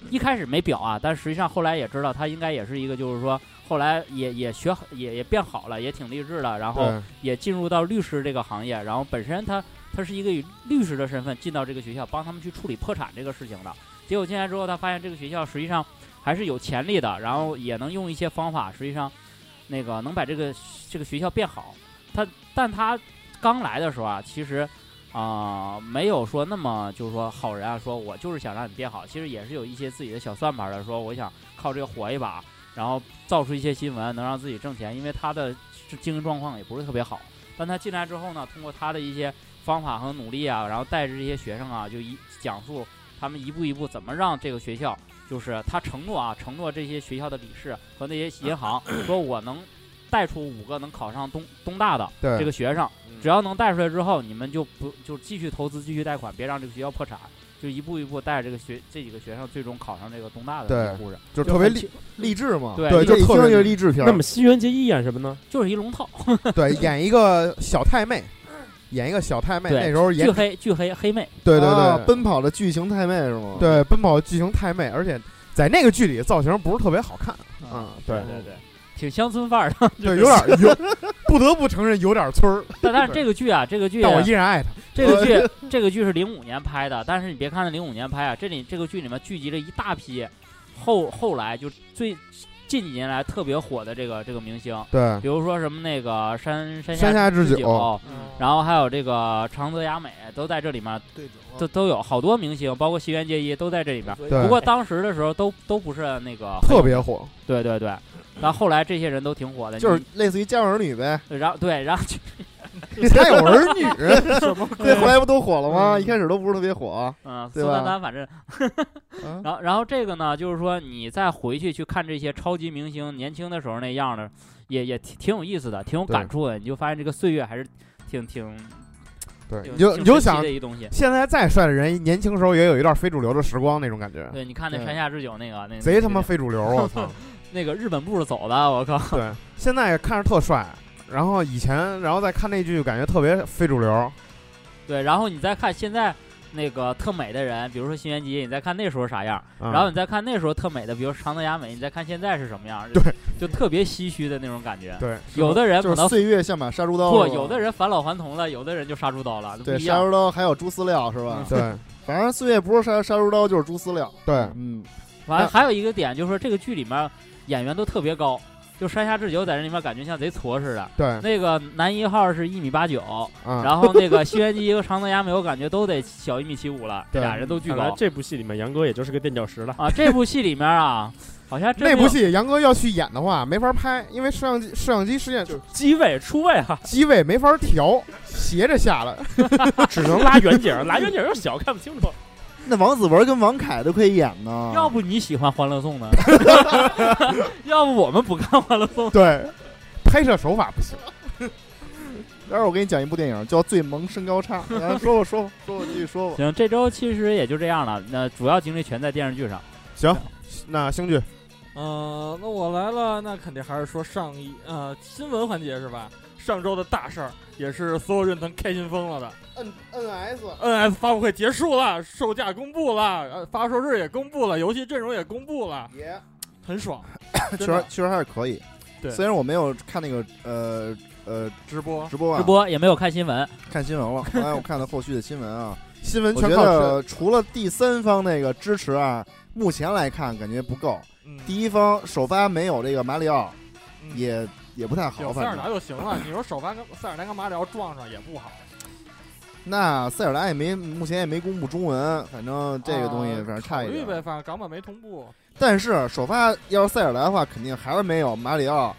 B: 一开始没表啊，但实际上后来也知道他应该也是一个，就是说，后来也也学好也也变好了，也挺励志的，然后
A: 对
B: 也进入到律师这个行业，然后本身他他是一个以律师的身份进到这个学校，帮他们去处理破产这个事情的。结果进来之后，他发现这个学校实际上还是有潜力的，然后也能用一些方法，实际上那个能把这个这个学校变好。他但他刚来的时候啊，其实啊、没有说那么就是说好人啊，说我就是想让你变好，其实也是有一些自己的小算盘的，说我想靠这个火一把，然后造出一些新闻，能让自己挣钱，因为他的经营状况也不是特别好。但他进来之后呢，通过他的一些方法和努力啊，然后带着这些学生啊，就一讲述他们一步一步怎么让这个学校，就是他承诺啊，承诺这些学校的理事和那些银行，说我能带出五个能考上东东大的
A: 对
B: 这个学生，只要能带出来之后，你们就不就继续投资，继续贷款，别让这个学校破产，就一步一步带着这个学这几个学生最终考上这个东大的
A: 对
B: 这个故事，
A: 就是特别
E: 就
A: 厉，
C: 励志嘛，
B: 对
A: 对
C: 这
A: 就
C: 一听
A: 特别
C: 就是
A: 励
C: 励志片儿。
E: 那么新垣结衣演什么呢？
B: 就是一龙套，
A: 对，演一个小太妹，演一个小太妹，
B: 对啊
A: 那时候演
B: 巨黑巨黑黑妹，
A: 对对
C: 啊
A: 对，
C: 奔跑的巨型太妹是吗？，
A: 对奔跑巨型太妹，而且在那个剧里造型不是特别好看，嗯，对
B: 对对，挺乡村范儿
A: *laughs*
B: 的。
A: 对，有点有，不得不承认有点村儿，
B: 但但是这个
A: *laughs*
B: 剧啊，这个剧
A: 但我依然爱她。
B: 这
A: *laughs*
B: 个剧 *laughs* 这个剧是零五年拍的，但是你别看它零五年拍啊，这里这个剧里面聚集了一大批后后来就最近几年来特别火的这个这个明星，
A: 对，
B: 比如说什么那个山山
A: 山下智
B: 智哦
A: 久
D: 嗯
B: 然后还有这个长泽雅美都在这里面
C: 对
B: 都都有好多明星，包括西园结衣都在这里面。
A: 对
B: 不过当时的时候都都不是那个很
A: 特别火，
B: 对对对，但后来这些人都挺火的，
C: 就是类似于家有儿女
B: *laughs*
C: 呗。
B: 你然后对，然后就
A: *laughs* 他有儿
C: *laughs*
A: 女，
C: 对，后来不都火了吗？一开始都不是特别火。
B: 嗯，
C: 对
B: 苏
C: 吧
B: 丹丹反正
A: 嗯
B: *laughs* 然后，然后这个呢，就是说你再回去去看这些超级明星年轻的时候那样的，也也挺挺有意思的，挺有感
A: 对
B: 触的。你就发现这个岁月还是挺挺，
A: 对，
B: 挺
A: 你就
B: 挺
A: 你就
B: 神奇
A: 想
B: 的一东西。
A: 现在再帅的人，年轻时候也有一段非主流的时光那种感觉，
B: 对，你看那
C: 对
B: 山下智久那个，那
A: 贼他妈
B: 那
A: 非主流，我
B: *laughs*
A: 操！
B: 那个日本步着走的，我靠！
A: 对，现在看着特帅，然后以前然后再看那剧，感觉特别非主流，
B: 对，然后你再看现在那个特美的人，比如说新垣结衣，你再看那时候啥样，
A: 嗯
B: 然后你再看那时候特美的，比如长泽雅美，你再看现在是什么样，
A: 对，
B: 就特别唏嘘的那种感觉。
A: 对
B: 有的人可
C: 就是
B: 能
C: 岁月像把杀猪刀
B: 不，
C: 是吧
B: 有的人返老还童了，有的人就杀猪刀了，
C: 对
B: 不一
C: 杀
B: 样。
C: 猪刀还有猪饲料是吧？
A: 对
C: 反正岁月不是杀杀猪刀就是猪饲料。
A: 嗯对
C: 嗯，
B: 完了还有一个点就是说，这个剧里面演员都特别高，就山下智久在这里面感觉像贼矬似的。
A: 对，
B: 那个男一号是一米八九，
A: 嗯，
B: *laughs* 然后那个西园基和长泽雅美，我感觉都得小一米七五了，这
A: 对
B: 俩人都巨
E: 看来
B: 高
E: 这部戏里面杨哥也就是个垫脚石了。
B: 啊。这部戏里面啊，好像真
A: 那
B: 没
A: 部
B: 有
A: 戏杨哥要去演的话，没法拍，因为摄像机摄像机实验
E: 就是机位出位
B: 啊
E: 哈、
A: 机位没法调，斜着下来，
E: 只能拉远景儿，拉远景儿又小，看不清楚。
C: 那王子文跟王凯都可以演呢。
B: *laughs* 要不你喜欢《欢乐
A: *laughs*
B: 颂》呢？ *laughs* 要不我们不看《欢乐颂》。 *laughs*
A: 对，拍摄手法不行，
C: 待会儿我给你讲一部电影叫《最萌身高差》，来说吧说吧说吧，继续说吧。
B: 行，这周其实也就这样了。那主要精力全在电视剧上。
A: 行。那星剧
D: 嗯，那我来了，那肯定还是说上一呃新闻环节是吧？上周的大事儿也是所有人能开心疯了的
C: N N S
D: ，NS 发布会结束了，售价公布了，呃发售日也公布了，游戏阵容也公布了，
C: 也
D: 很爽。
C: *coughs* 确
D: 真
C: 实
D: 的
C: 确实还是可以。
D: 对
C: 虽然我没有看那个呃呃
D: 直播
C: 直播啊，
B: 直播也没有看新闻，
C: 看新闻了，
D: *laughs*
C: 后来我看了后续的新闻啊，
A: 新闻
C: 我
A: 全
C: 觉
A: 靠
C: 得除了第三方那个支持啊，目前来看感觉不够。
D: 嗯
C: 第一方首发没有这个马里奥，
D: 嗯
C: 也也不太
D: 有
C: 好，
D: 塞尔
C: 反
D: 达
C: 正
D: 就行了。你说首发跟塞尔达跟马里奥撞上也不好，
C: 那塞尔达也没目前也没公布中文，反正这个东西反正差一
D: 啊考虑
C: 点。
D: 呗，反正港版没同步。
C: 但是首发要是塞尔达的话，肯定还是没有马里奥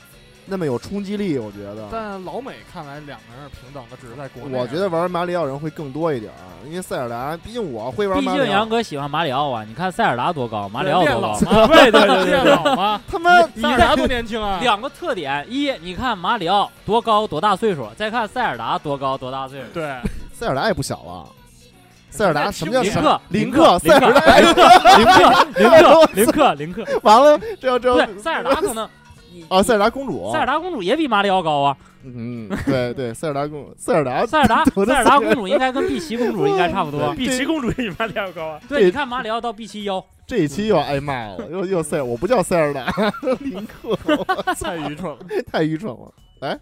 C: 那么有冲击力，我觉得。
D: 但老美看来两个人是平等的，只是在国内。
C: 我觉得玩马里奥人会更多一点儿，因为塞尔达，毕竟我会玩
B: 毕
C: 马
B: 竟
C: 里奥
B: 杨。哥喜欢马里奥啊，你看塞尔达多高，马里奥多高，
D: 练
B: *laughs*
D: 老吗？
E: 对对对对
D: 练老吗？
C: 他妈
D: 你啥不年轻啊？
B: 两个特点：一，你看马里奥多高多大岁数，再看塞尔达多高多大岁数。 *laughs*
D: 对，
C: 塞尔达也不小了，塞尔达什么叫
B: 林
C: 什
B: 克，
C: 林
B: 克，
C: 塞尔达
B: 林克， *laughs* 林克，林克，林克，
C: 完了，这要这要
B: 对，塞尔达可 *laughs* 能，
C: 哦，塞尔达公主，
B: 塞尔达公主也比马里奥高 *laughs* 啊。
C: 嗯，对对，塞尔达公主，塞尔达
B: 塞尔达，
C: 我的
B: 塞尔达公主应该跟碧琪公主应该差不多。
E: 碧琪公主比马里奥高啊！
B: *laughs* 对，你看马里奥到碧琪 *laughs* 腰，
C: 这一期又要挨骂了，又又塞尔，我不叫塞尔达，林克，
D: 太愚蠢了。
C: 太愚蠢了。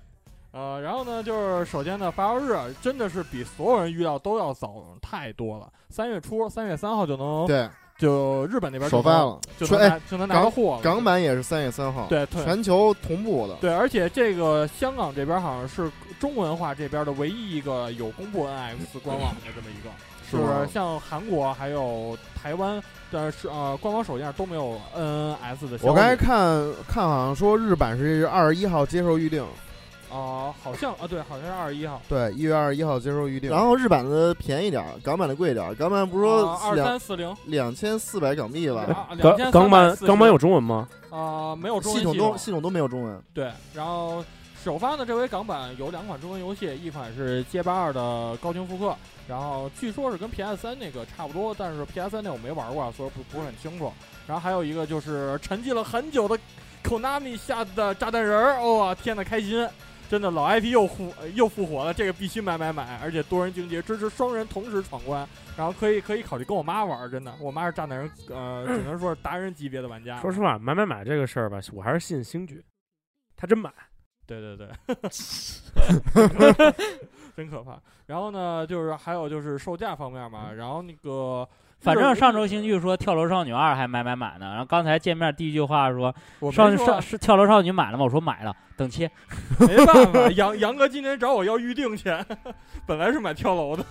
D: 呃，然后呢，就是首先呢，发烧日啊真的是比所有人预料都要早太多了。三月初，三月三号就能
C: 对，
D: 就日本那边就
C: 首
D: 能
C: 发了，
D: 就
C: 全哎，
D: 能拿就能拿到货了。
C: 港版也是三月三号，，
D: 对对
C: 全球同步的，
D: 对，而且这个香港这边好像是中文化这边的唯一一个有公布 NX 官网的这么一个，
C: 是
D: 就
C: 吗
D: 是像韩国还有台湾的是呃官方手页都没有 NS 的消息。
A: 我刚才看看好像说日版是二十一号接受预定，
D: 啊、好像啊对，好像是二十一号，
A: 对，一月二十一号接受预定。
C: 然后日版的便宜点儿，港版的贵点儿，港版不是说
D: 啊二
C: 两
D: 三啊四零。
C: 两千四百港币吧？
E: 港港版港版
D: 有
E: 有中文吗？
D: 啊、没有中文
C: 系统都系统都没有中文，
D: 对，然后首发呢，这回港版有两款中文游戏，一款是街霸二的高清复刻，然后据说是跟 PS 三那个差不多，但是 PS 三那我没玩过，啊，所以不不是很清楚。然后还有一个就是沉寂了很久的 Konami 下的炸弹人儿，哇、天呐，开心！真的老 IP 又复呃又复活了，这个必须买买买！而且多人竞技支持双人同时闯关，然后可以可以考虑跟我妈玩儿，真的，我妈是炸弹人，呃，只能说是达人级别的玩家。
E: 啊说实话，买买买这个事儿吧，我还是信星爵，他真买。
D: 对
E: *laughs*
D: 对对，真可怕。然后呢，就是还有就是售价方面嘛，然后那个
B: 反正上周
D: 星
B: 星
D: 期
B: 剧说《跳楼少女二》还买买买呢，然后刚才见面第一句话说啊
D: 我
B: 少女
D: 没说啊
B: 少是《跳楼少女》买了吗？我说买了，等切。
D: 没
E: *laughs*
D: 办法，杨杨哥今天找我要预定钱，本来是买跳楼的，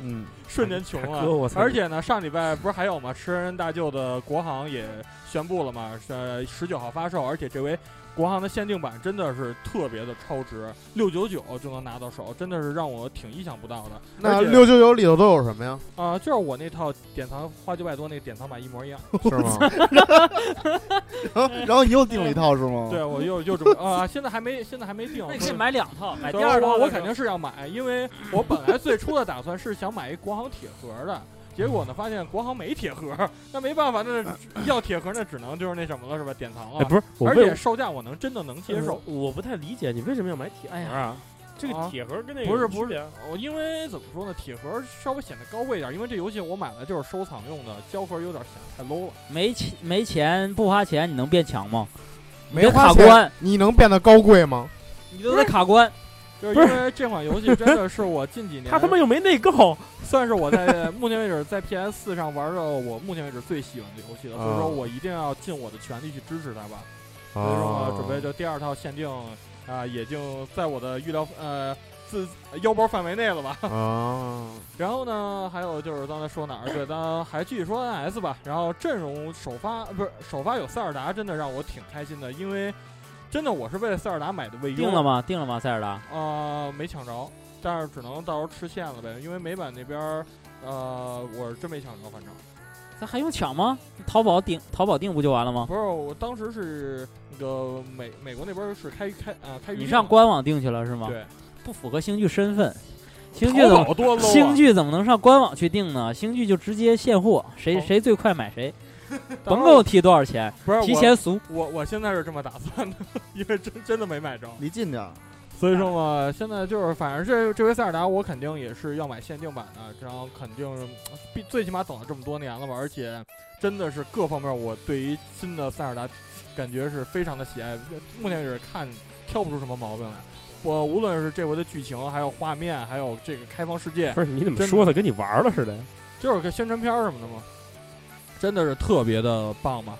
C: 嗯，
D: 瞬间穷
E: 大哥
D: 了
E: 我。操
D: 而且呢，上礼拜不是还有吗？吃人大舅的国行也宣布了嘛，呃，十九号发售，而且这回国行的限定版真的是特别的超值，六九九就能拿到手，真的是让我挺意想不到的。
A: 那
D: 而且
A: 六九九里头都有什么呀？
D: 啊、就是我那套典藏花九百多那个典藏版一模一样。
A: *laughs* 是 *laughs* 吗？
C: 然后然后你又订了一套是
E: 哦
C: 吗？
D: 对，我又又准备啊、现在还没，现在还没定。
B: 那你啊
D: 所
B: 可以买两套，买
D: 所
B: 第
D: 以
B: 二套
D: 我我肯定是要买，因为我本来最初的打算是想买一国行铁盒的，结果呢发现国行没铁盒，那没办法，那要铁盒那只能就是那什么了，是吧？典藏
E: 哎，
D: 了。
E: 不是，我
D: 而
E: 为嗯
D: 且售价我能真的能接受，
E: 我不太理解你为什么要买铁盒
B: 哎
E: 啊？这
D: 啊
E: 个铁盒跟那个
D: 不是
E: 有
D: 不
E: 区别
D: 是
E: 啊，
D: 呃我因为怎么说呢，铁盒稍微显得高贵一点，因为这游戏我买的就是收藏用的，胶盒有点显得太 low 了。
B: 没钱没钱不花钱，你能变强吗？
A: 没花
B: 卡
A: 钱，
B: 关，
A: 你能变得高贵吗？
B: 你都在卡关。
D: 就是
E: 不是
D: 因为这款游戏真的是我近几年
E: 他他妈又没内购，
D: 算是我在 *laughs* 目前为止在 PS 四上玩的我目前为止最喜欢的游戏了，所以
A: 啊
D: 说我一定要尽我的全力去支持它吧。所以说
A: 啊
D: 我，准备就第二套限定啊，也就在我的预料呃自腰包范围内了吧。 *laughs*
A: 啊，
D: 然后呢，还有就是刚才说哪儿？对，咱还继续说 NS 吧。然后阵容首发呃不是首发有塞尔达，真的让我挺开心的，因为真的我是为了塞尔达买的卫
B: 定
D: 优啊
B: 了吗？定了吗？塞尔达？
D: 呃，没抢着，但是只能到时候吃线了呗，因为美版那边儿，呃，我是真没抢着，反正
B: 咱还用抢吗？淘宝订淘宝订不就完了吗？
D: 不是，我当时是那个美美国那边儿是开开啊、开预
B: 你
D: 定
B: 上
D: 的
B: 官网订去了是吗？
D: 对，
B: 不符合星剧身份。星剧怎
D: 淘
B: 么
D: 宝多 low 啊！
B: 星剧怎么能上官网去订呢？星剧就直接现货，谁
D: 哦
B: 谁最快买谁，
D: 当
B: 甭
D: 时
B: 给我提多少钱，
D: 不是
B: 提
D: 我
B: 前俗。
D: 我我现在是这么打算的， *laughs* 因为真真的没买着，
C: 离近点儿，
D: 所以说嘛，现在就是反正这这回塞尔达我肯定也是要买限定版的，然后肯定是必最起码等了这么多年了吧，而且真的是各方面我对于新的塞尔达感觉是非常的喜爱，呃目前为止看挑不出什么毛病来。我无论是这回的剧情，还有画面，还有这个开放世界，
E: *laughs* 不是你怎么
D: 真的
E: 说的跟你玩儿了似的？
D: 就是个宣传片儿什么的嘛，真的是特别的棒嘛。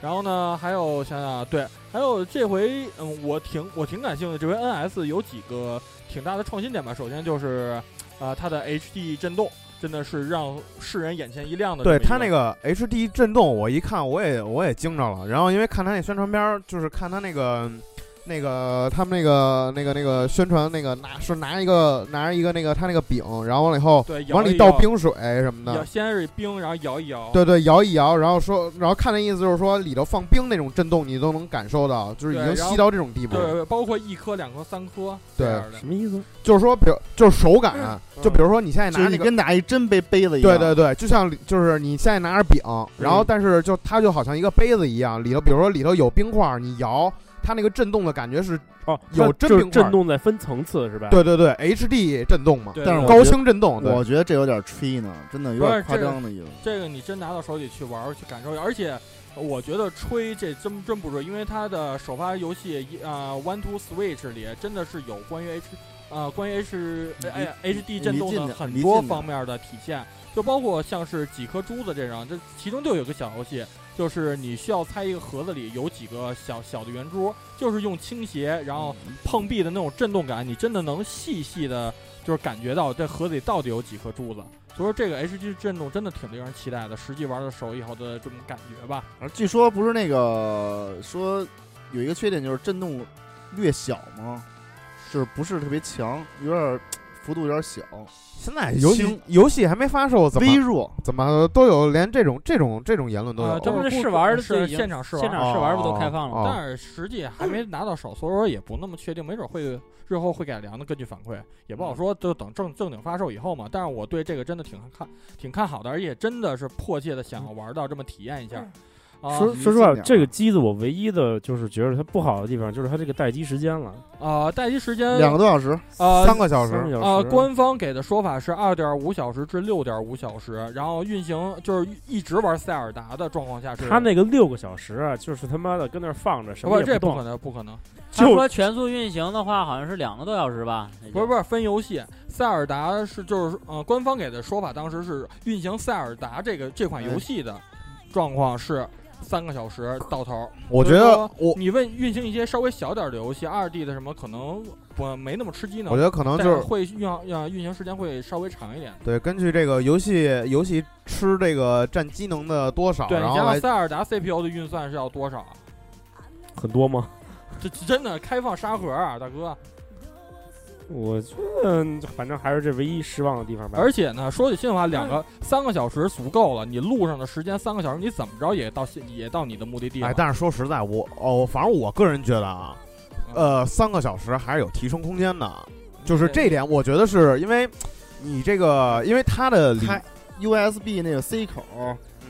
D: 然后呢，还有想想啊对，还有这回嗯，我挺我挺感兴趣的，这回 NS 有几个挺大的创新点吧。首先就是呃，它的 HD 震动真的是让世人眼前一亮的这么
A: 对
D: 一。
A: 他那个 HD 震动，我一看我也我也惊着了。然后因为看他那宣传片儿，就是看他那个那个他们那个那个那个宣传那个拿是拿一个拿一个那个他那个饼，然后完了以后
D: 对，摇
A: 往
D: 一
A: 里倒
D: 摇，
A: 冰水什么
D: 摇
A: 的，
D: 先是冰，然后摇一摇，
A: 对对，摇一摇，然后说，然后看那意思就是说里头放冰那种震动你都能感受到，就是已
D: 对
A: 经
D: 然
A: 吸
D: 后
A: 到这种地步
D: 对，
A: 了，
D: 对包括一颗、两颗、三颗这
A: 对
D: 样的
E: 什。么意思？
A: 就是说，比如就是手感，啊
D: 嗯
A: 就比如说你现在
C: 就是
A: 拿
C: 你
A: 那个。
C: 跟拿一针杯杯子一
A: 对
C: 样。
A: 对对，就像就是你现在拿着饼，然后
E: 嗯
A: 但是就它就好像一个杯子一样，里头比如说里头有冰块儿，你摇它那个震动的感觉是，
E: 哦，它
A: 有
E: 就
A: 真
E: 是
A: 冰块
E: 震动在分层次是吧？，
A: 对对对，HD 震动嘛，
D: 嗯对
C: 但是
D: 对
C: 我
A: 高清震动，对
C: 我觉得这有点吹呢，真的有
D: 不
C: 点
D: 是
C: 夸
D: 这个
C: 张的意思。
D: 这个你真拿到手里去玩儿去感受一下，而且我觉得吹这真真不是，因为它的首发游戏一啊、One to Switch 里真的是有关于 H 呃关于 H 哎 HD 震动
C: 离近
D: 的
C: 点
D: 很
C: 离
D: 多
C: 近点
D: 方面的体现，就包括像是几颗珠子这样，这其中就有个小游戏，就是你需要猜一个盒子里有几个小小的圆珠，就是用倾斜然后碰壁的那种震动感，你真的能细细的，就是感觉到这盒子里到底有几颗珠子。所以说这个 HG 震动真的挺令人期待的，实际玩的手以后的这种感觉吧。
C: 而据说不是那个说有一个缺点就是震动略小吗？就是不是特别强，有点儿幅度有点小，
A: 现在游戏
C: 行
A: 游戏还没发售，怎
C: 微
A: 么
C: 弱。
A: 怎么都有连这种这种这种言论都有，
D: 啊
B: 这
D: 这不
B: 不是
D: 是
B: 试玩儿
D: 故
B: 就已经
D: 是现场试玩
B: 现场试玩儿不都开放了吗？
A: 哦
D: 但是实际还没拿到手，所以说也不那么确定，没准会日后会改良的，根据反馈也不好说，就等正正经发售以后嘛。但是我对这个真的挺看挺看好的，而且真的是迫切的想要玩到，这么体验一下。啊
E: 说
C: 你
E: 说实话
C: 近，点
E: 这个
C: 啊
E: 机子我唯一的就是觉得它不好的地方就是它这个待机时间了，
D: 啊，待机时间
C: 两个多小时，
D: 呃
A: 三个小
E: 三
A: 时
E: 个小时啊
D: 呃，官方给的说法是二点五小时至六点五小时，然后运行就是一直玩塞尔达的状况下是。
E: 他那个六个小时啊，就是他妈的跟那儿放着，什
D: 不
E: 么
D: 是
E: 也
D: 这
E: 动
D: 不可，能，不可能，
B: 他
E: 就
B: 说全速运行的话，好像是两个多小时吧？那就啊
D: 不是不是分游戏。塞尔达是就是呃，官方给的说法，当时是运行塞尔达这个这款游戏的状况是三个小时到头。
A: 我觉得我
D: 你问运行一些稍微小点儿的游戏，二 D 的什么可能不没那么吃鸡呢
A: 我觉，得可能
D: 但
A: 就是是
D: 会运呃运行时间会稍微长一点。
A: 对，根据这个游戏游戏吃这个占机能的多少，
D: 对你
A: 然
D: 想
A: 后
D: 想
A: 来
D: 塞尔达 CPU 的运算是要多少？
E: 很多吗？
D: 这这真的开放沙盒啊，大哥！
E: 我觉得嗯反正还是这唯一失望的地方吧。
D: 而且呢，说句心里话，两个三个小时足够了。你路上的时间三个小时，你怎么着也到也到你的目的地了。
A: 哎，但是说实在，我哦，反正我个人觉得啊，呃，三个小时还是有提升空间的，就是这点，我觉得是因为你这个，因为它的理
C: 它 USB 那个 C 口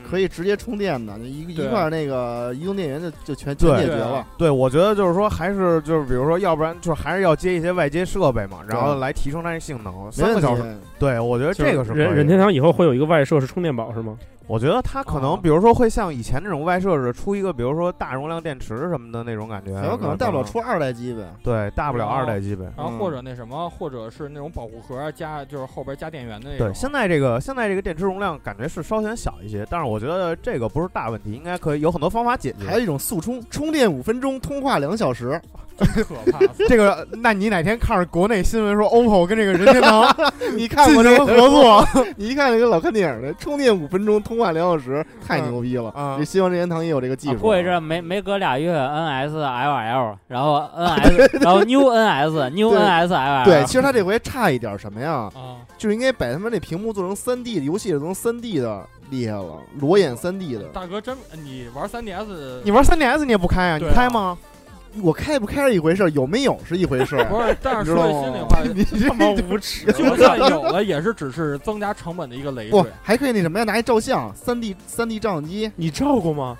C: 可以直接充电的，一一
D: 对
C: 块那个移动电源就就全全
A: 对
C: 解决了。
A: 对，我觉得就是说还是就是比如说，要不然就是还是要接一些外接设备嘛，然后来提升它的性能。
C: 没
A: 三个
C: 问题
A: 小时，对我觉得
E: 就是
A: 这个是
E: 任
A: 可以
E: 任
A: 的
E: 天堂以后会有一个外设是充电
D: *laughs*
E: 宝是吗？
A: 我觉得它可能
D: 啊
A: 比如说会像以前那种外设似的，出一个比如说大容量电池什么的那种感觉，
C: 很有可能大不了出二代机呗。
A: 对，大不了二代机呗。
D: 然后
C: 嗯
D: 或者那什么，或者是那种保护盒加，就是后边加电源的那种。
A: 对，现在这个现在这个电池容量感觉是稍显小一些，但是我觉得这个不是大问题，应该可以有很多方法解
C: 还有
A: 决。。
C: 一种速充，充电五分钟，通话两小时。
D: 在可怕死
A: 这个，那你哪天看着国内新闻说 OPPO 跟这个任天堂
C: 你看
A: 进
C: 过这
A: 行
C: *laughs* 个
A: 合？作，
C: 你一看那个老看电影的，充电五分钟，通话两小时，太
A: 嗯
C: 牛逼了！
A: 嗯
C: 这希望任天堂也有这个技
B: 啊
C: 术。
B: 过一阵儿没没隔俩月，NS LL，
D: *laughs*
B: 然后 NS，然后 New NS New
C: 对
B: NS LL，
C: 对，其实他这回差一点什么呀？
D: 啊，
C: 就是应该把他们那屏幕做成三 D 的，游戏也做成三 D 的，厉害了，裸眼三 D 的。
D: 大哥真，你玩 3DS，
A: 你玩 3DS 你也不开啊？你
D: 对啊
A: 开吗？
C: 我开不开是一回事儿，有没有是一回事儿。
D: 不是？但是
C: 你知
D: 说
C: 道
D: 句心里
C: 吗
D: 话，
A: *laughs*
C: 你这
E: 他妈无耻！
D: 就算有了，也是只是增加成本的一个累
C: 不
D: 赘。
C: 还可以那什么呀？拿一照相，三 D 三 D 照相机，
E: 你照过吗？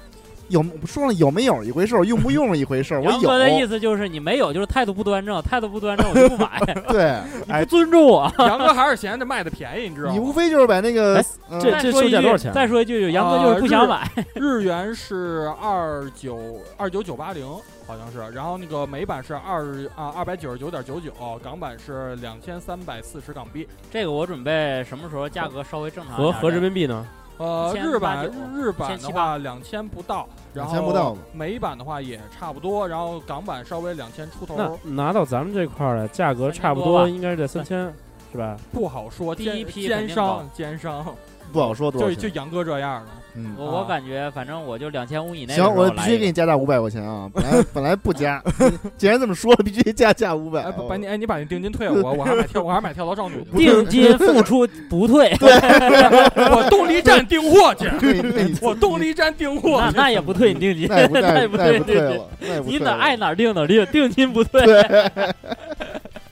C: 有我不说了有没有一回事儿，用不用一回事儿。我
B: 杨哥的意
C: 有，
B: 思就是你没有，就是态度不端正，态度不端正我就不
D: *laughs*
B: 买，
C: 对
B: 你
D: 哎
B: 不尊重我。
D: 杨哥还是嫌这卖的便宜，你知道
C: 你无
D: 吗？
C: 非就是把那个
E: 哎
C: 嗯
E: 这
B: 再说一
E: 售价
B: 句
E: 多少钱，啊
B: 再说一句，杨哥就是不想买。
C: *laughs*
D: 日元是二九二九九八零，好像是。然后那个美版是二啊二百九十九点九九，港版是两千三百四十港币。
B: 这个我准备什么时候价格稍微正
D: 啊
B: 常一
E: 合
B: 点
E: 合人民币呢？
D: 呃，
B: 1089
D: 日版日版的话两千不到，然后
C: 2000不到吧
D: 美版的话也差不多，然后港版稍微两千出
E: 那
D: 头，
E: 拿到咱们这块儿的价格差不应该是在三千，是吧？
D: 不好说。
B: 第一
D: 奸
B: 批肯
D: 奸
B: 定
D: 商奸商，
C: 不好说多少
D: 就就
C: 钱。
D: 杨哥这样的，
C: 嗯，
B: 我我
D: 啊
B: 感觉反正我就两千五以内的时
C: 行，
B: 候
C: 我
B: 来一个。
C: 必须给你加价五百块钱啊！本来本来不加， *laughs* 既然这么说了，必须加价五百，
D: 哎，。把把你哎，你把那定金退我，我还买跳，我还买跳蚤少女
B: 定金付出不退，
D: 我东离站订货去，
C: 对，那你
D: 我东离站订货
B: *laughs* 那
D: 去。
B: 那也不退你定金，
C: 那也不那
B: 那
C: 也
B: 也
C: 不
B: 不
C: 那也
B: 退
C: 不
B: 你
C: 退
B: 定金。
C: 了，那也不
B: 你
C: 退
B: 哪
C: 了
B: 爱哪儿定哪儿定，定金不退。
D: *laughs*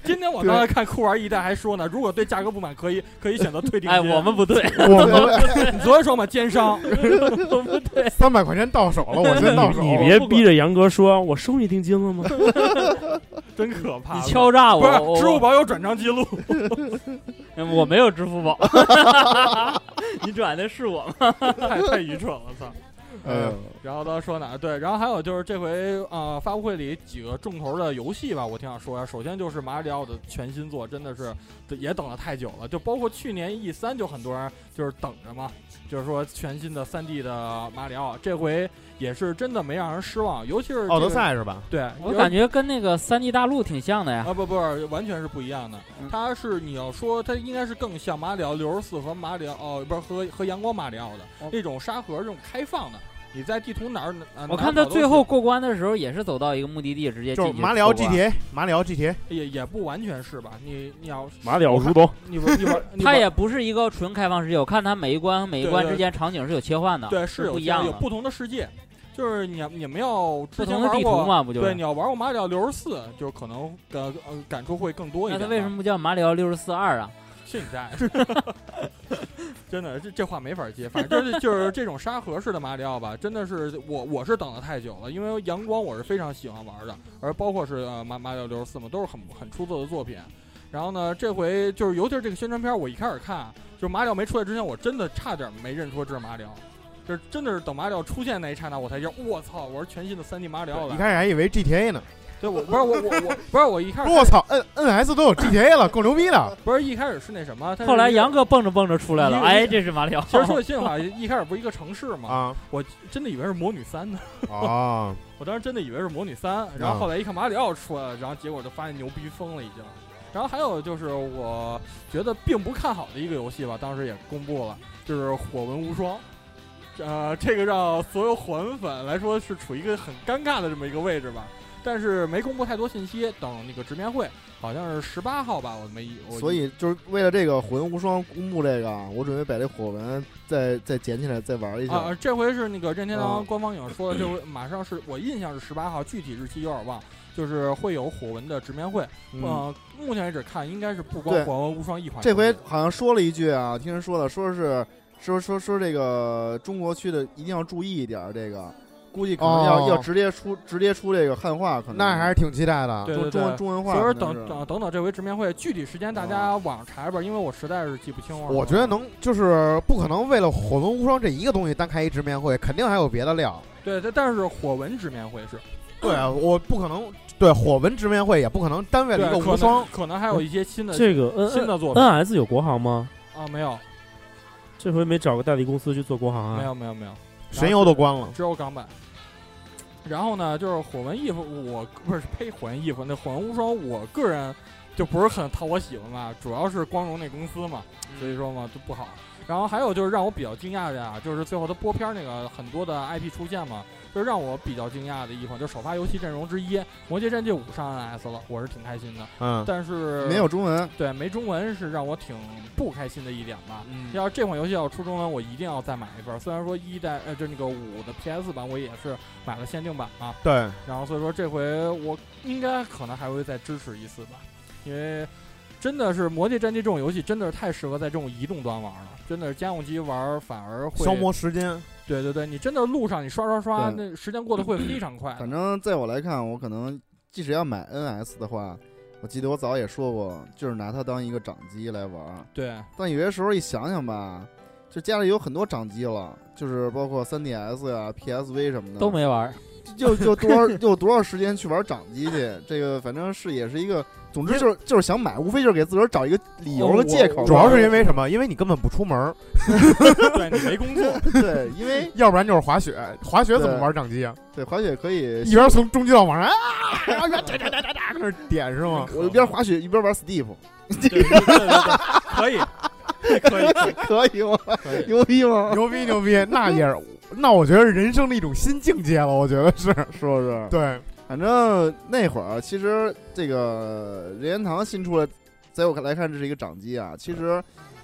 D: 今天我刚才看酷玩一代还说呢，如果对价格不满，可以可以选择退定金。
B: *laughs* 哎，我们不退，
C: 我们
D: 你 *laughs* 昨天说嘛，奸
B: *laughs*
D: 商，
B: 我们不退。
A: 三百块钱到手了，我先到 *laughs* 手。
E: 你别逼着杨哥说，我收你定金
D: *laughs*
E: 了吗？
D: 真可怕。
B: *laughs* 你敲诈
D: 不是
B: 我，我
D: 支付宝有转账记 *laughs* 录，
B: 我没有支付宝， *laughs* 你转的是我吗？
D: 太太愚蠢了，操！
C: 哎呦
D: 然后他说哪儿？对，然后还有就是这回呃发布会里几个重头的游戏吧，我挺想说一下。首先就是马里奥的全新作，真的是也等了太久了，就包括去年 E 三就很多人就是等着嘛，就是说全新的3 D 的马里奥，这回也是真的没让人失望，尤其是、
A: 奥德，赛是吧？
D: 对，
B: 我
D: 尤
B: 感觉跟那个三 D 大陆挺像的呀。
D: 啊不不是，完全是不一样的
B: 嗯。
D: 它是你要说它应该是更像马里奥六十四和马里奥哦不是和和阳光马里奥
B: 哦
D: 的那种沙盒这种开放的。你在地图哪儿？呃
B: 我
D: 哪儿
B: 看他
D: 跑都
B: 最
D: 行
B: 后过关的时候，也是走到一个目的地，直接
A: 就是
B: 进去啊
A: 马里奥
B: 过关
A: GTA，马里奥 GTA，
D: 也也不完全是吧？你你要
E: 马里奥如
D: *laughs*
E: 龙，
D: 你玩你
B: *laughs*
D: 玩，你
B: 它
D: 玩
B: 也不是一个纯开放世界，我看它每一关和每一
D: 对
B: 关
D: 对
B: 之间场景是有切换的，
D: 对
B: 是
D: 有
B: 不一
D: 这样
B: 样
D: 有
B: 的，
D: 不同的世界，就是你你们要之
B: 不
D: 前
B: 同的
D: 玩
B: 地图
D: 过，
B: 嘛，不就
D: 对，
B: 是
D: 你？要玩过马里奥六十四，就是可能感呃感触会更多一
B: 那
D: 点吧。
B: 它为什么不叫马里奥六十四二啊？
D: 现在？真的，这这话没法接。反正就是就是这种沙盒式的马里奥吧，真的是我我是等了太久了，因为阳光我是非常喜欢玩的，而包括是呃马马里奥六十四嘛，都是很很出色的作品。然后呢，这回就是尤其是这个宣传片，我一开始看，就是马里奥没出来之前，我真的差点没认出这是马里奥，就是真的是等马里奥出现那一刹那，我才叫我操，我是全新的三 D 马里奥
A: 一
D: 了。
A: 开始还以为 GTA 呢。
D: 对，我不是我我我不是我一开
A: *laughs*
D: 始
A: 我操，N NS 都有 GTA 了，够牛逼的。
D: 不是一开始是那什么，它是
B: 后来
D: 一个
B: 杨。哥蹦着蹦着出来了，
D: 一个
B: 哎，这是马里奥。
D: 其实说句心里话，一开始不是一个城市嘛，
A: *laughs* 啊
D: 我真的以为是魔女三呢， *laughs*
A: 啊！
D: 我当时真的以为是魔女三，然
C: 啊
D: 后后来一看马里奥出来了，然后结果就发现牛逼疯了已经。然后还有就是我觉得并不看好的一个游戏吧，当时也公布了，就是《火纹无双》。呃，这个让所有火纹粉来说是处于一个很尴尬的这么一个位置吧。但是没公布太多信息，等那个直面会好像是十八号吧，我没我
C: 所以就是为了这个魂无双公布这个啊，我准备把这火纹再再捡起来再玩一下。
D: 啊，这回是那个任天
C: 啊
D: 堂官方已经说了，这回马上是我印象是十八号，具体日期有点忘，就是会有火纹的直面会。
C: 嗯，
D: 呃，目前为止看应该是不光
C: 对
D: 火纹无双一款游戏，
C: 这回好像说了一句啊，听人说的，说是说说说这个中国区的一定要注意一点儿，这个估计可能要、
A: 哦
C: 要直接出直接出这个汉化，可能
A: 那还是挺期待的。
D: 对
C: 啊中
D: 对
C: 中
D: 对
C: 文。中文化
D: 所以说
C: 可能
D: 等
C: 是嗯
D: 等等等，这回直面会具体时间大家网上查吧，因为我实在是记不清了。
A: 我觉得能，就是不可能为了《火纹无双》这一个东西单开一直面会，肯定还有别的料。
D: 对，但但是火纹直面会是
A: 对啊，我不可能对火纹直面会，也不可能单为
D: 对
A: 了一个
D: 可能
A: 无双。
D: 可能还有一些新的
E: 这嗯个 N
D: 新的作品
E: N S 有国行吗？
D: 啊，没有
E: 这回没找个代理公司去做国
C: 嗯
E: 行
D: 没
E: 啊？
D: 有没有没有，
A: 神游都关了，
D: 只有港版。然后呢，就是火纹衣服，我不是呸，火纹衣服，那火纹无双，我个人就不是很讨我喜欢吧，主要是光荣那公司嘛，所以说嘛就不好。然后还有就是让我比较惊讶的呀，就是最后他播片儿那个很多的 IP 出现嘛，就是让我比较惊讶的一款，就首发游戏阵容之一《魔界战记五》上 NS 了，我是挺开心的。
A: 嗯，
D: 但是
C: 没有中文，
D: 对没中文是让我挺不开心的一点吧。
A: 嗯
D: 要是这款游戏要出中文，我一定要再买一份儿。虽然说一代呃，就那个五的 PS 版，我也是买了限定版嘛、
A: 对，
D: 然后所以说这回我应该可能还会再支持一次吧，因为真的是《魔界战记》这种游戏真的是太适合在这种移动端玩了，真的是家用机玩儿反而会
A: 消。磨时间。
D: 对对对，你真的路上你刷刷刷，
C: 对
D: 那时间过得会非常快。
C: 反正在我来看，我可能即使要买 NS 的话，我记得我早也说过，就是拿它当一个掌机来玩儿。
D: 对
C: 但有些时候一想想吧，就家里有很多掌机了，就是包括 3DS 呀、PSV 什么的，
B: *laughs* 都没玩儿，
C: 就就多少有多少时间去玩掌机去？这个反正是也是一个，总之就是就是想买，无非就是给自个儿找一个理由和借口吧。
A: 哦主要是因为什么？因为你根本不出门儿，
D: 对，你没工作，
C: 对，因
A: *laughs*
C: 为
A: 要不然就是滑雪。滑雪怎么玩掌机啊？
C: 对滑雪可以
A: 一，边从中级道往上啊， *laughs* 然后一边哒哒哒哒哒搁那点是吗？ *laughs*
C: 我一边滑雪一边玩 Steep，
D: 对对对对对可以。
E: 可以，
B: *laughs*
E: 可以
C: 可以吗？
E: 可以。
C: 牛逼吗？
A: *laughs* 牛逼牛逼，那也是，那我觉得是人生的一种新境界了，我觉得是
C: 是不是？
A: 对，
C: 反正那会儿其实这个任天堂新出来，在我看来看这是一个掌机啊，其实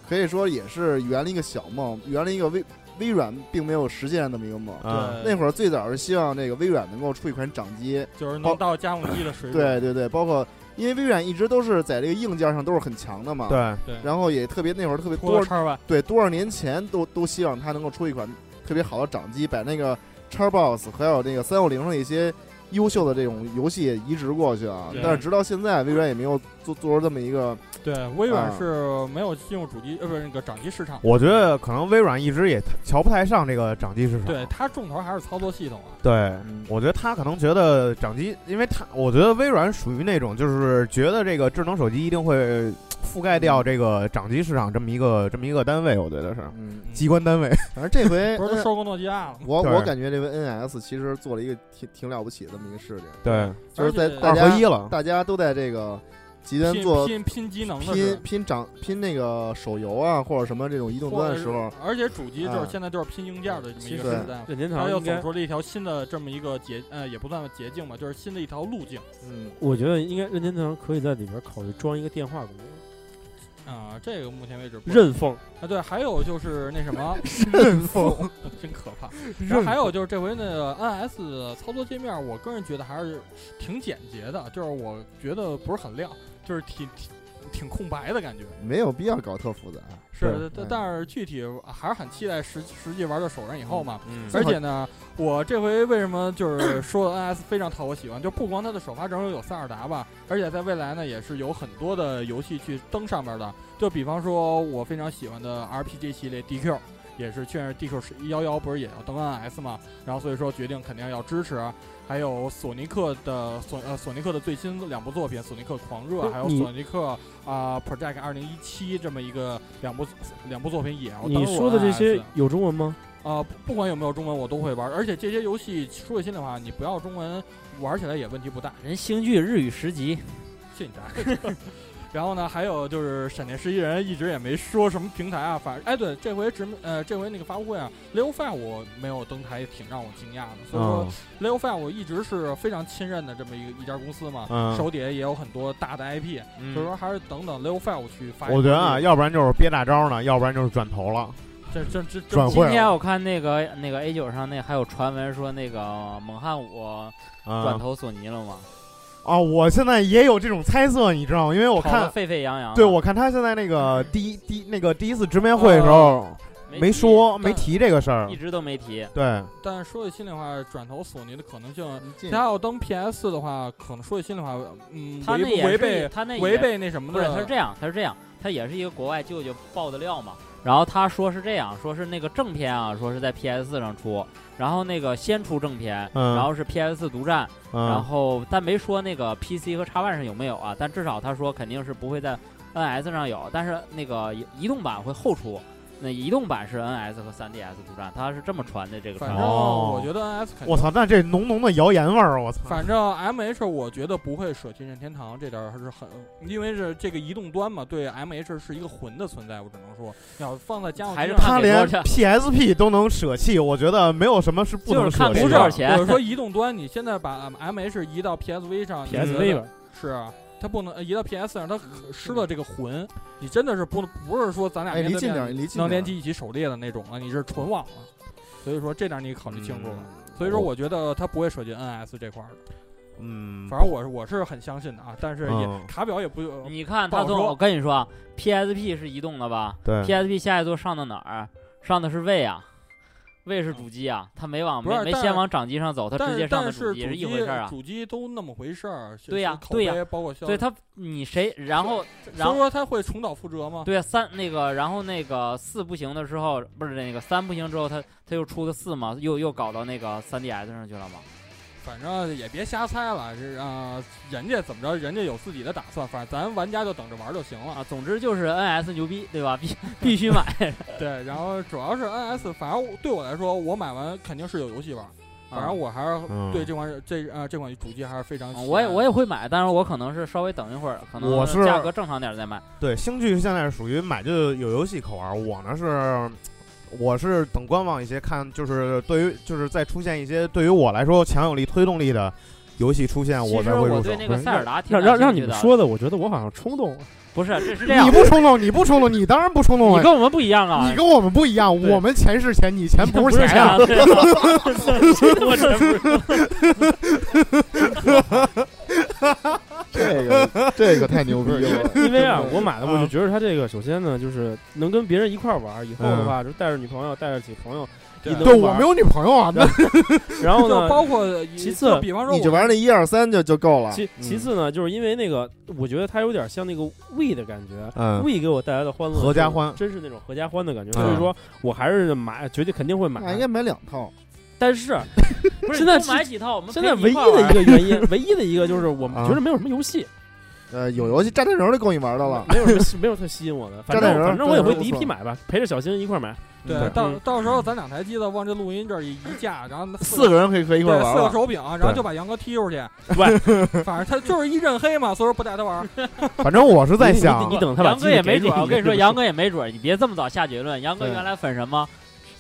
C: 可以说也是圆了一个小梦，圆了一个微微软并没有实现的那么一个梦。
A: 啊，
C: 那会儿最早是希望这个微软能够出一款掌机，
D: 就是能到家用机的水准。
C: 对对对，包括因为微软一直都是在这个硬件上都是很强的嘛，，
A: 对，
D: 对
C: 然后也特别那会儿特别
D: 除
C: 多
D: 了叉外，
C: 对，多少年前都都希望它能够出一款特别好的掌机，把那个 Xbox 还有那个三六零上的一些优秀的这种游戏移植过去啊
D: 对。
C: 但是直到现在，微软也没有做做出这么一个
D: 对微软
C: 啊
D: 是没有进入主机呃不是那个掌机市场。
A: 我觉得可能微软一直也瞧不太上这个掌机市场，
D: 对它重头还是操作系统啊。
A: 对
C: 嗯
A: 我觉得他可能觉得掌机，因为他我觉得微软属于那种就是觉得这个智能手机一定会呃覆盖掉这个掌机市场这么一个这么一个单位，我觉得是
C: 嗯，
A: 机关单位。
C: 反正这回
D: 不是都
C: N-
D: 收购诺基亚了吗？
C: 我
A: 对
C: 我感觉这回 NS 其实做了一个挺挺了不起的这么一个事情，
A: 对，
C: 就是在
D: 而且
C: 大
A: 二
C: 家
A: 合一了。
C: 大家都在这个极端
D: 拼
C: 做
D: 拼拼机能的
C: 拼拼掌拼那个手游啊或者什么这种移动端的时候，，
D: 而且主机就是
C: 啊
D: 现在就是拼硬件的这么一
E: 其
D: 个
E: 实
D: 时代嘛。
E: 任天
D: 它
E: 堂
D: 又
E: 应
D: 走
E: 该，
D: 出了一条新的这么一个捷，呃，也不算捷径吧，就是新的一条路径
C: 嗯，
E: 我觉得应该任天堂可以在里边考虑装一个电话功能，
D: 啊、这个目前为止不
E: 任凤
D: 啊，对，还有就是那什么，
A: 任风，
D: 真可怕。然后还有就是这回那个 NS 操作界面，我个人觉得还是挺简洁的，就是我觉得不是很亮，就是挺挺挺空白的感觉。
C: 没有必要搞特复杂，
D: 是，但
C: 嗯
D: 但是具体还是很期待实实际玩到手上以后嘛。
E: 嗯
D: 而且呢，我这回为什么就是说 NS 非常讨我喜欢，就不光它的首发阵容有塞尔达吧，而且在未来呢，也是有很多的游戏去登上面的。就比方说，我非常喜欢的 RPG 系列 DQ，也是确实 DQ 十幺幺不是也要登 NS 嘛，然后所以说决定肯定要支持。还有索尼克的索呃索尼克的最新两部作品《索尼克狂热》，
E: 嗯
D: 还有
E: 你
D: 索尼克啊、Project 二零一七这么一个两部两部作品也要登陆
E: 你说的这
D: NS
E: 些有中文吗？
D: 啊、不不管有没有中文，我都会玩儿。而且这些游戏，说句心里话，你不要中文，玩起来也问题不大。
B: 人星剧日语十级，
D: 谢谢你家。 *laughs* 然后呢，还有就是《闪电十一人》一直也没说什么平台啊，反哎对，这回直呃这回那个发布会啊，Leo Five 我没有登台，挺让我惊讶的。所以说、
A: 嗯
D: Leo Five 我一直是非常亲任的这么一个一家公司嘛，
A: 嗯
D: 手底下也有很多大的 IP，、所以说嗯还是等等 Leo Five 去发扬
A: 我觉得
D: 这
A: 啊，
D: 个
A: 要不然就是憋大招呢，要不然就是转头了。
D: 这这这这
A: 转会
D: 不
B: 今天我看那个那个 A 九上那还有传闻说那个猛汉五转
A: 啊
B: 投索尼了嘛，
A: 啊！我现在也有这种猜测，你知道吗？因为我
B: 我
A: 看，
B: 沸沸扬扬的。
A: 对我看他现在那个第一第一那个第一次直面会的时候，没
B: 嗯哦提，
A: 说没
D: 但
A: 提这个事儿
B: 一。直都没提。
A: 对，
D: 但是说句心里话，转投索尼的可能性
C: 你进
D: 他要登 PS 的话，可能说句心里话，嗯，
B: 他那
D: 违
B: 也
D: 违
B: 是
D: 背
B: 他那也
D: 违背那什么
B: 不是，他是
D: 的，
B: 这样，他是这样，他也是一个国外舅舅爆的料嘛。然后他说是这样，说是那个正片啊，说是在 PS 上出，然后那个先出正片，
A: 嗯
B: 然后是 PS 独占，然
A: 嗯，
B: 后但没说那个 PC 和 X One 上有没有啊，但至少他说肯定是不会在 NS 上有，但是那个移移动版会后出。那移动版是 NS 和 3DS 独占，他是这么传的这个传
D: 反
B: 闻。
D: 正
A: 哦
D: 我觉得 NS 肯定，
A: 我操，那这浓浓的谣言味儿，我操！
D: 反正 MH 我觉得不会舍弃任天堂这点儿还是很，因为是这个移动端嘛，对 MH 是一个魂的存在，我只能说，要放在家用机
B: 还是
D: 上
B: 怕
A: 他
B: 给多
A: 连
B: 少钱
A: PSP 都能舍弃，我觉得没有什么是不能
B: 就是看
A: 舍弃
B: 不
A: 的。
B: 是多少钱
D: 我是说移动端，你现在把 MH 移到 PSV 上
E: PSV 吧，
D: 是啊。它不能呃移到 PS 上，它失了这个魂，你真的是不不是说咱俩
C: 嗯哎，
D: 面
C: 离
D: 对
C: 近
D: 面
C: 点儿，离近点儿，
D: 能联机一起狩猎的那种了，你是纯网了。所以说这点你考虑清楚了。所以说，我觉得他不会舍近 NS 这块儿的，
A: 嗯，
D: 反正我是我是很相信的啊。但是也、
A: 嗯
D: 卡表也不
B: 你看
D: 不
B: 他
D: 好
B: 从
D: 说
B: 我跟你说啊，PSP 是移动的吧？
A: 嗯对，
B: PSP 下一座上的哪儿？上的是位啊，位是主机啊，它没往
D: 不是
B: 没没
D: 但
B: 先往掌机上走，它
D: 但
B: 直接
D: 是
B: 上
D: 但
B: 的
D: 是
B: 主
D: 主
B: 机是一回事儿啊。
D: 主机都那么回事儿，
B: 对呀
D: 口
B: 对呀
D: 碑包括销
B: 所以它你谁，然后
D: 所
B: 然
D: 以
B: 后
D: 说他会重蹈覆辙吗？
B: 对啊三那个，然后那个四不行的时候，不是那个三不行之后，它它又出的四嘛，又又搞到那个 3DS 上去了嘛。
D: 反正也别瞎猜了，是啊、人家怎么着，人家有自己的打算，反正咱玩家就等着玩儿就行了。
B: 啊，总之就是 NS 牛逼，对吧？必必须买。
D: 对，然后主要是 NS，反正对我来说，我买完肯定是有游戏玩儿，反正我还是
A: 嗯
D: 对这款这啊这款主机还是非常喜
B: 嗯
D: 欢。
B: 我也我也会买，但是我可能是稍微等一会儿，可
A: 我
B: 能
A: 是
B: 价格正常点儿再买。
A: 对，星剧现在是属于买就有游戏口玩，我呢是。我是等观望一些，看就是对于就是再出现一些对于我来说强有力推动力的游戏出现，
B: 其
A: 才
B: 实
A: 会
B: 我
A: 入手
B: 对。那个
E: 不是
B: 塞尔达挺
E: 让
B: 感
E: 让让你
B: 兴趣
E: 们
B: 的
E: 说的，我觉得我好像冲动了。
B: 不是，
E: *laughs*
B: 这是这样
F: 你，不冲动，你不冲动，你当然不冲动
B: 你
F: 了。
B: 跟我们不一样啊，
F: 你跟我们不一样，
E: 对
F: 我们钱是钱，你钱不
B: 不
F: 是钱
B: 啊
F: 啊！
B: 对
E: *laughs*
B: 我真不是
C: 这 *laughs* 个这个太牛逼了。
E: 因为啊，我买了，我就觉得它这个，首先呢，就是能跟别人一块儿玩儿，以后的话就带着女朋友，带着几个朋友也能
F: 对我
E: 玩
F: 没有女朋友啊，那
E: 儿。然后
D: 就
E: 呢，
D: *laughs* 包括
E: 其次
D: 就比方说
C: 你就
D: 我
C: 玩那一二三就就够了。
E: 其
C: 嗯
E: 其次呢，就是因为那个，我觉得它有点像那个 We 的感觉。
A: 嗯，
E: We 给我带来的欢乐，
A: 合家欢
E: 真是那种合家欢的感觉。
A: 嗯
E: 所以说我还是买，绝对肯定会
C: 那
E: 买
C: 应。该买两套。
E: 但是
B: 不是
E: *laughs* 现在
B: 你多买几套，我们
E: 现在
B: 陪你
E: 唯
B: 一啊
E: 一
B: 块玩
E: 的一个原因，唯一的一个就是我们
A: 啊
E: 觉得没有什么游戏，
C: 呃，有游戏《炸弹人》就够你玩的了。
E: 没有什么没有特吸引我的。反
C: 炸弹
E: 正
C: 人
E: 反正我也
C: 炸弹
E: 会
C: 人
E: 第一
C: 不错
E: 批买吧，陪着小新一块儿买。
D: 对
E: 嗯
D: 到
E: 嗯
D: 到时候咱两台机子往这录音这儿一一架，然后那
C: 四个人可以可以一
D: 对
C: 块儿玩
D: 四个
C: 了。
D: 手柄，啊然后就把杨哥踢
C: *laughs*
D: 出去。反正他就是一阵黑嘛，所以说不带他玩。
A: 反正我是在
E: 你
A: 想
E: 你，等他把
B: 杨
E: 机
B: 哥
E: 子
B: 也
E: 给
B: 没准儿，
E: 你
B: 我跟你说，
E: 对
B: 杨哥也没准儿，你别这么早下结论。杨哥
C: 对
B: 原来粉什么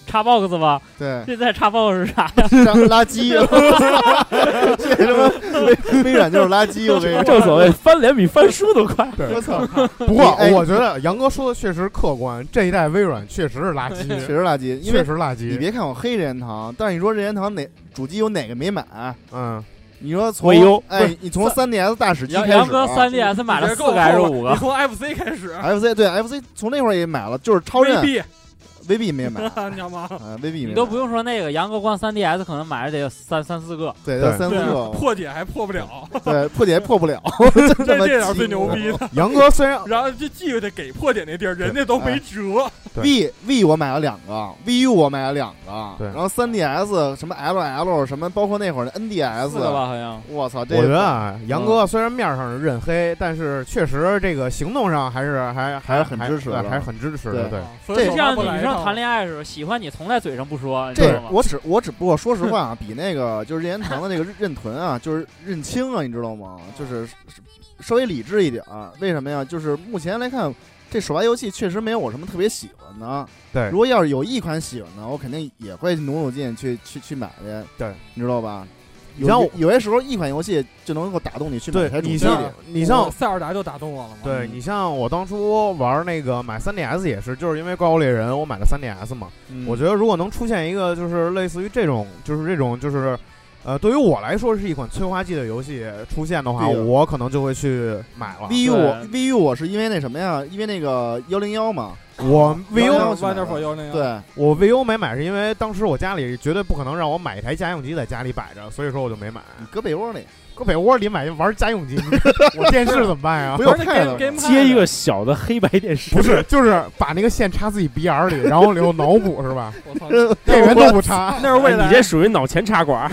B: ？Xbox 吧，
C: *laughs* 对，
B: 现在 Xbox 是啥呀？
C: 垃圾， *laughs* 这他妈微微软就是垃圾，我
A: 哎
C: 跟你说。
E: 正所谓翻脸比翻书都快。
C: 我操，
A: 不过
C: 哎
A: 我觉得杨哥说的确实客观，这一代微软确实是垃圾，
C: 确实垃圾，因
A: 确
C: 为
A: 实垃
C: 你
A: 圾。
C: 别看我黑任天堂，但是你说任天堂哪主机有哪个没买？
A: 嗯，
C: 你说从
E: 我有
C: 哎，你从 3DS 大使机
B: 杨
C: 开
B: 杨
C: 始
B: 哥 3DS 买了
D: 你这
B: 四
D: 够
B: 个还是
D: 厚了
B: 五个
D: 你？从 FC 开始，
C: FC 对 FC 从那会儿也买了，就是超任
D: VB，
C: VB 没
D: *laughs*
C: 买，
D: 你知道吗？
C: 啊 VB 没
B: 你
C: 买
B: 都不用说那个，杨哥光 3DS 可能买了得有三三四个。
C: 对，
A: 对
C: 要三四
D: 对啊
C: 个，
D: 破解还破不了， *laughs*
C: 对破解破不了，
D: 这
C: 这么
D: 这点儿最
C: 激
D: 牛逼的。
A: 杨哥虽然
D: 然后就记着得给破解那地儿，人家都没辙。
C: V V 我买了两个，VU 我买了两个，
A: 对
C: 然后 3DS 什么 LL 什么，包括那会儿的
B: 四个
C: NDS，
B: 吧，好像。
C: 我操，这
A: 我觉得啊，杨哥虽然面上是认黑，但是确实这个行动上还是还
C: 还是很支持的
A: 对还是很支持的。
C: 对
A: 对，
D: 啊所以
C: 这
D: 说
B: 就像
D: 玩不来
B: 女
D: 一
B: 生
D: 趟
B: 谈恋爱的时候，喜欢你从来嘴上不说，你知
C: 这
B: 道吗？
C: 我只我只不过说实话啊，比那个就是任天堂的那个任任屯啊，就是认清啊，你知道吗？就是稍微理智一点儿。为什么呀？就是目前来看，这手把游戏确实没有我什么特别喜欢的。啊
A: 对
C: 如果要是有一款喜欢的，我肯定也会努努劲去去去买去。
A: 对，
C: 你知道吧？
A: 你
C: 有
A: 像
C: 有有些时候一款游戏就能够打动你去买
A: 对
C: 台主
A: 你
C: 机。
A: 像你像
D: 我塞尔达就打动我了嘛。
A: 对你像我当初玩那个买 3DS 也是，就是因为《怪物猎人》，我买了 3DS 嘛。
C: 嗯
A: 我觉得如果能出现一个就是类似于这种，就是这种就是，呃，对于我来说是一款催化剂的游戏出现的话，
C: 对啊
A: 我可能就会去买了。
C: VU 我
B: 对
C: VU 我是因为那什么呀？因为那个幺零幺嘛。哦
A: 我 VU
C: 要
D: 幺 Wonderful 幺零幺，
C: 对，
A: 我 VU 没买是因为当时我家里绝对不可能让我买一台家用机在家里摆着，所以说我就没买。
C: 你搁被窝里。
A: 搁被窝里买玩家用机， *laughs* 我电视怎么办呀
C: 不？
D: *laughs* 啊
C: 用
D: 不是那
C: 看
D: Game
C: 了
D: Game
E: *laughs* 接一个小的黑白电视，
A: 不是，就是把那个线插自己鼻眼儿里，然后留脑补是
D: *laughs*
A: 吧？
D: 我操，
C: *laughs*
A: 电源都不插，
D: 那是未来，
E: 哎你这属于脑前插管。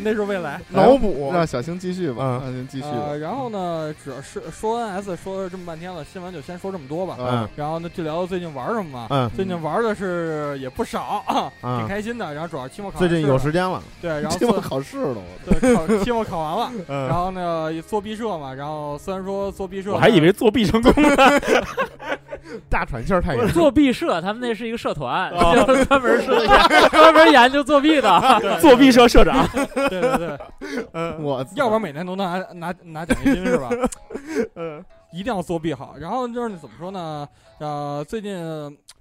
D: 那是未来。
A: 脑
D: *laughs*
A: 补。
C: 让小星继续
A: 嗯
C: 吧，让您继续吧。
D: 呃，然后呢，只是说 NS 说了这么半天了，新闻就先说这么多
C: 啊
D: 吧。
A: 嗯
D: 然后呢，就聊聊最近玩什么嘛。
A: 嗯
D: 最近玩的是也不少，啊，挺
A: 啊，
D: 开心的。然后主要期末考
A: 最
D: 完
A: 近
D: 试
A: 有
D: 了
A: 时间了。
D: 对，然
C: *laughs*
D: 后
C: 期末
D: 做
C: 考试了，我
D: 对考期末考完了，然
A: 嗯，
D: 后呢也做毕设嘛。然后虽然说做毕设，
E: 我还以为作弊成功了，
A: 大喘气儿太严。
B: 作弊社，他们那是一个社团，
E: 哦
B: 就是 *laughs* 专门是专门研究作弊的。
E: 作弊社社长。
D: 对对对，
C: 操！ *laughs* 我
D: 要不然每年都拿拿拿奖学金是吧？ *laughs*
A: 嗯
D: 一定要作弊好。然后就是怎么说呢？呃，最近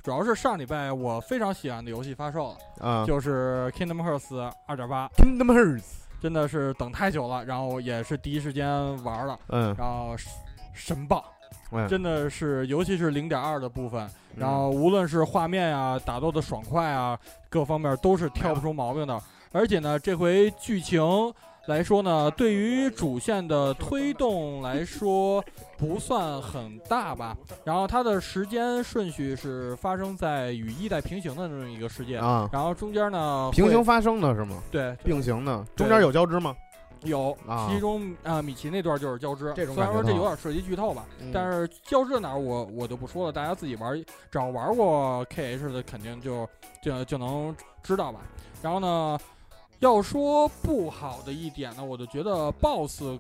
D: 主要是上礼拜我非常喜欢的游戏发售了，
A: 啊
D: 就是 Kingdom Hearts 二点八，
A: ，Kingdom Hearts。
D: 真的是等太久了，然后也是第一时间玩了，
A: 嗯，
D: 然后神神棒
A: 嗯。
D: 真的是，尤其是零点二的部分，然后无论是画面啊、打斗的爽快啊，各方面都是挑不出毛病的。而且呢，这回剧情来说呢，对于主线的推动来说不算很大吧。然后它的时间顺序是发生在与一代平行的这么一个世界，
A: 啊，
D: 然后中间呢
A: 平行
D: 会
A: 发生的是吗？
D: 对
A: 并行的，
D: 对
A: 中间有交织吗？
D: 有
A: 啊，
D: 其中啊、米奇那段就是交织，
A: 这种
D: 虽
A: 感
D: 然说
A: 觉
D: 这
A: 到
D: 有点涉及剧透吧，
A: 嗯
D: 但是交织哪儿我我就不说了，大家自己玩，只要玩过 KH 的肯定就就就能知道吧。然后呢，要说不好的一点呢，我就觉得 BOSS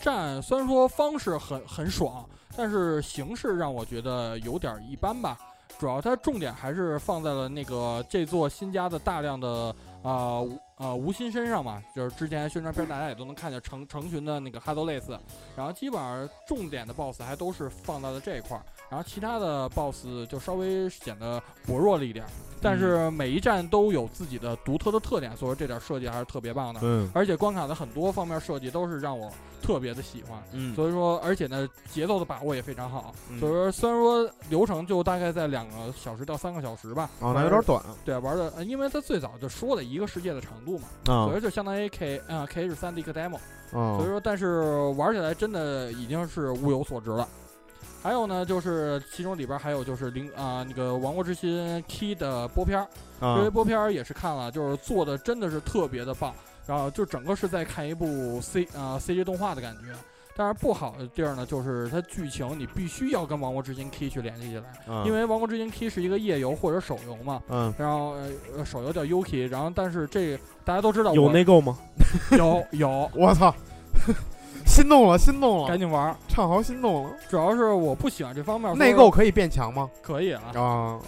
D: 战虽然说方式很很爽，但是形式让我觉得有点一般吧。主要它重点还是放在了那个这座新家的大量的啊啊吴昕身上嘛，就是之前宣传片大家也都能看见成成群的那个哈德类似，然后基本上重点的 BOSS 还都是放在了这一块儿，然后其他的 BOSS 就稍微显得薄弱了一点儿，但是每一站都有自己的独特的特点，所以说这点设计还是特别棒的。
A: 嗯，
D: 而且关卡的很多方面设计都是让我特别的喜欢，
B: 嗯，
D: 所以说，而且呢，节奏的把握也非常好。
A: 嗯
D: 所以说，虽然说流程就大概在两个小时到三个小时吧，
A: 哦，那有点短
D: 对，玩的，呃因为它最早就说了一个世界的长度嘛，所
A: 啊
D: 以就相当于 K 啊、K 是三的一个 demo，所
A: 啊，
D: 以说，但是玩起来真的已经是物有所值了。还有呢，就是其中里边还有就是零啊、那个《王国之心 Key》的播片儿，这些
A: 啊
D: 播片儿也是看了，就是做的真的是特别的棒，然后就整个是在看一部 C 啊、CG 动画的感觉。但是不好的地儿呢，就是它剧情你必须要跟《王国之心 Key》去联系起来，
A: 啊，
D: 因为《王国之心 Key》是一个页游或者手游嘛。
A: 嗯，
D: 然后呃呃，手游叫 Yuki，然后但是这大家都知道
E: 有
D: 我
E: 内购吗？
D: 有
A: *laughs*
D: 有，
F: 我操，心动了，心动了，
D: 赶紧玩儿。
F: 唱好心动了。
D: 主要是我不喜欢这方面，
F: 内购可以变强吗？
D: 可以啊。
F: 啊，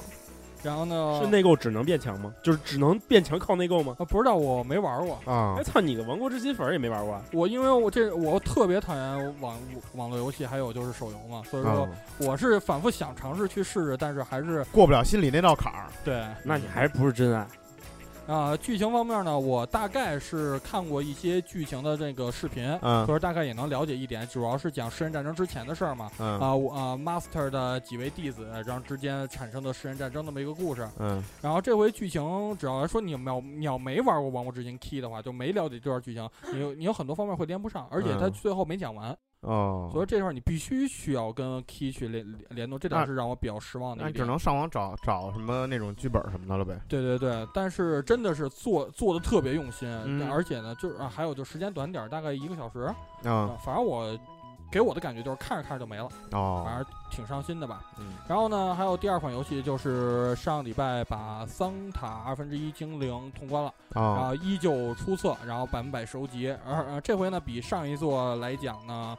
D: 然后
B: 嗯
D: 呢，
E: 是内购只能变强吗？就是只能变强靠内购吗？
D: 啊不知道我没玩过，
F: 啊
E: 哎，，操你个王国之心粉儿也没玩过啊，
D: 我因为我这我特别讨厌网网络游戏，还有就是手游嘛，所以说
A: 啊
D: 我是反复想尝试去试试，但是还是
A: 过不了心里那道坎儿。
D: 对
E: 那你还是不是真爱？
D: 啊。剧情方面呢，我大概是看过一些剧情的这个视频，
A: 嗯
D: 所以大概也能了解一点，主要是讲食人战争之前的事儿嘛。
A: 嗯
D: 啊，我啊，Master 的几位弟子，然后之间产生的食人战争这么一个故事，
A: 嗯
D: 然后这回剧情，只要说你们要你要没玩过《王国之心 Key》的话，就没了解这
A: *laughs*
D: 段剧情，你有你有很多方面会连不上，而且它
A: 嗯
D: 最后没讲完，
A: 哦
D: 所以，这块儿你必须需要跟 Key 去联联动，这点
A: 那
D: 是让我比较失望的
A: 那
D: 一
A: 只
D: 点。
A: 能上网找找什么那种剧本什么的了呗。
D: 对对对，但是真的是做做的特别用心，
A: 嗯
D: 而且呢，就是、啊、还有就时间短点儿，大概一个小时，
A: 啊
D: 啊反正我给我的感觉就是看着看着就没了，反
A: 哦
D: 正挺伤心的吧。
A: 嗯
D: 然后呢，还有第二款游戏就是上礼拜把桑塔二分之一精灵通关了。然
A: 哦
D: 后啊依旧出色，然后百分百收集。而、呃、这回呢，比上一座来讲呢，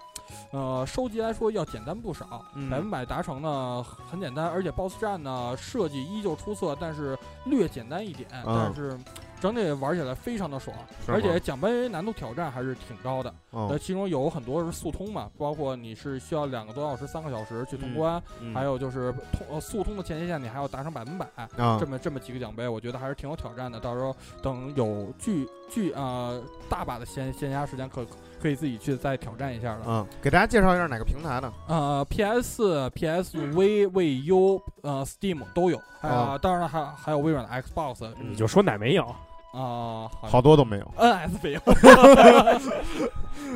D: 呃，收集来说要简单不少，
A: 嗯
D: 百分百达成呢很简单，而且 BOSS 战呢设计依旧出色，但是略简单一点，
A: 嗯
D: 但是整体玩起来非常的爽，
A: 是吗
D: 而且奖杯难度挑战还是挺高的。那
A: 哦，
D: 其中有很多是速通嘛，包括你是需要两个多小时、三个小时去通关，
A: 嗯
D: 还有就是通呃速通的前提下，你还要达成百分百。
A: 啊
D: 这么这么几个奖杯，我觉得还是挺有挑战的。到时候等有巨巨呃大把的闲闲暇时间可，可以自己去再挑战一下了。
A: 嗯，给大家介绍一下哪个平台的
D: 呃，PS、PSV、VU、呃 Steam 都有，还有、
A: 啊嗯
D: 当然了还还有微软的 Xbox 啊、
E: 你就说哪没有？
D: 好
A: 好多都没有。
D: NS 没有， *laughs*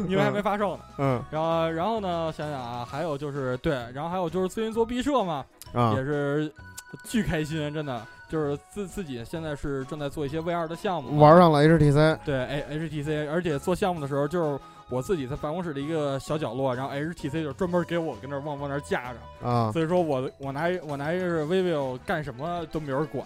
D: 因为还没发售呢。
A: 嗯
D: 然后然后呢，想想啊，还有就是对，然后还有就是最近做毕设嘛，
A: 啊
D: 也是 *laughs* 巨开心，真的就是自自己现在是正在做一些 VR 的项目嘛，
F: 玩上了 HTC，
D: 对，A HTC，而且做项目的时候就是我自己在办公室的一个小角落，然后 HTC 就专门给我跟那儿往往那儿架着，
A: 啊
D: 所以说我我拿我拿这是 vivo 干什么都没人管，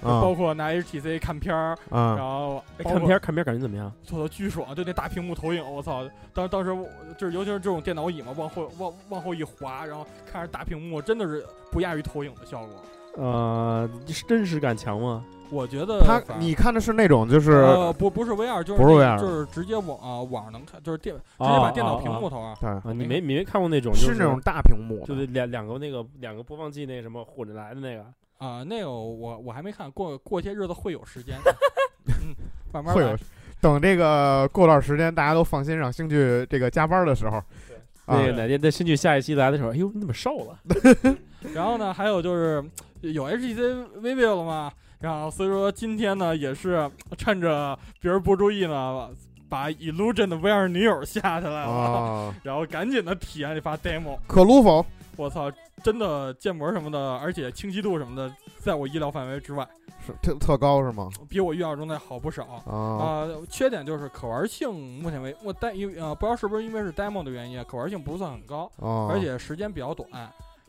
D: 包
A: 啊
D: 括拿 HTC 看片儿，然
A: 啊！
D: 后
E: 哎，
D: 包
E: 看
D: 括
E: 片儿看片儿感觉怎么样？
D: 做的巨爽，就那大屏幕投影，我操！当当时我就是尤其是这种电脑椅嘛，往后往往后一滑，然后看着大屏幕，真的是不亚于投影的效果。
E: 呃，是真实感强吗？
D: 我觉得
A: 他
D: 反
A: 你看的是那种就是
D: 呃不不是 VR，就是
A: 不是啊 VR
D: 那就是直接网啊网上能看，就是电直
E: 哦
D: 接把电脑屏幕投上。
A: 对
E: 啊，你没你没看过那种，就是
A: 那种大屏幕
E: 就是
A: 的
E: 两两个那个两个播放器那什么混着来的那个，
D: 啊、那个我我还没看过，过些日子会有时间，嗯，慢慢
A: 会
D: 来
A: 有。等这个过段时间大家都放心上兴趣这个加班的时候，啊
E: 那个哪天在新剧下一期来的时候，哎呦，你怎么瘦了？
D: 然后呢，还有就是有 HTC Vivo 了嘛，然后所以说今天呢，也是趁着别人不注意呢，把 Illusion 的 VR 女友下下来了，
A: 啊，
D: 然后赶紧的体验了一发 demo。
F: 可撸否？
D: 我操，真的建模什么的，而且清晰度什么的，在我意料范围之外，
A: 是特特高是吗？
D: 比我预料中的好不少。
A: 啊
D: 啊、缺点就是可玩性，目前为啊我但因为呃，不知道是不是因为是 demo 的原因，可玩性不算很高，
A: 啊，
D: 而且时间比较短。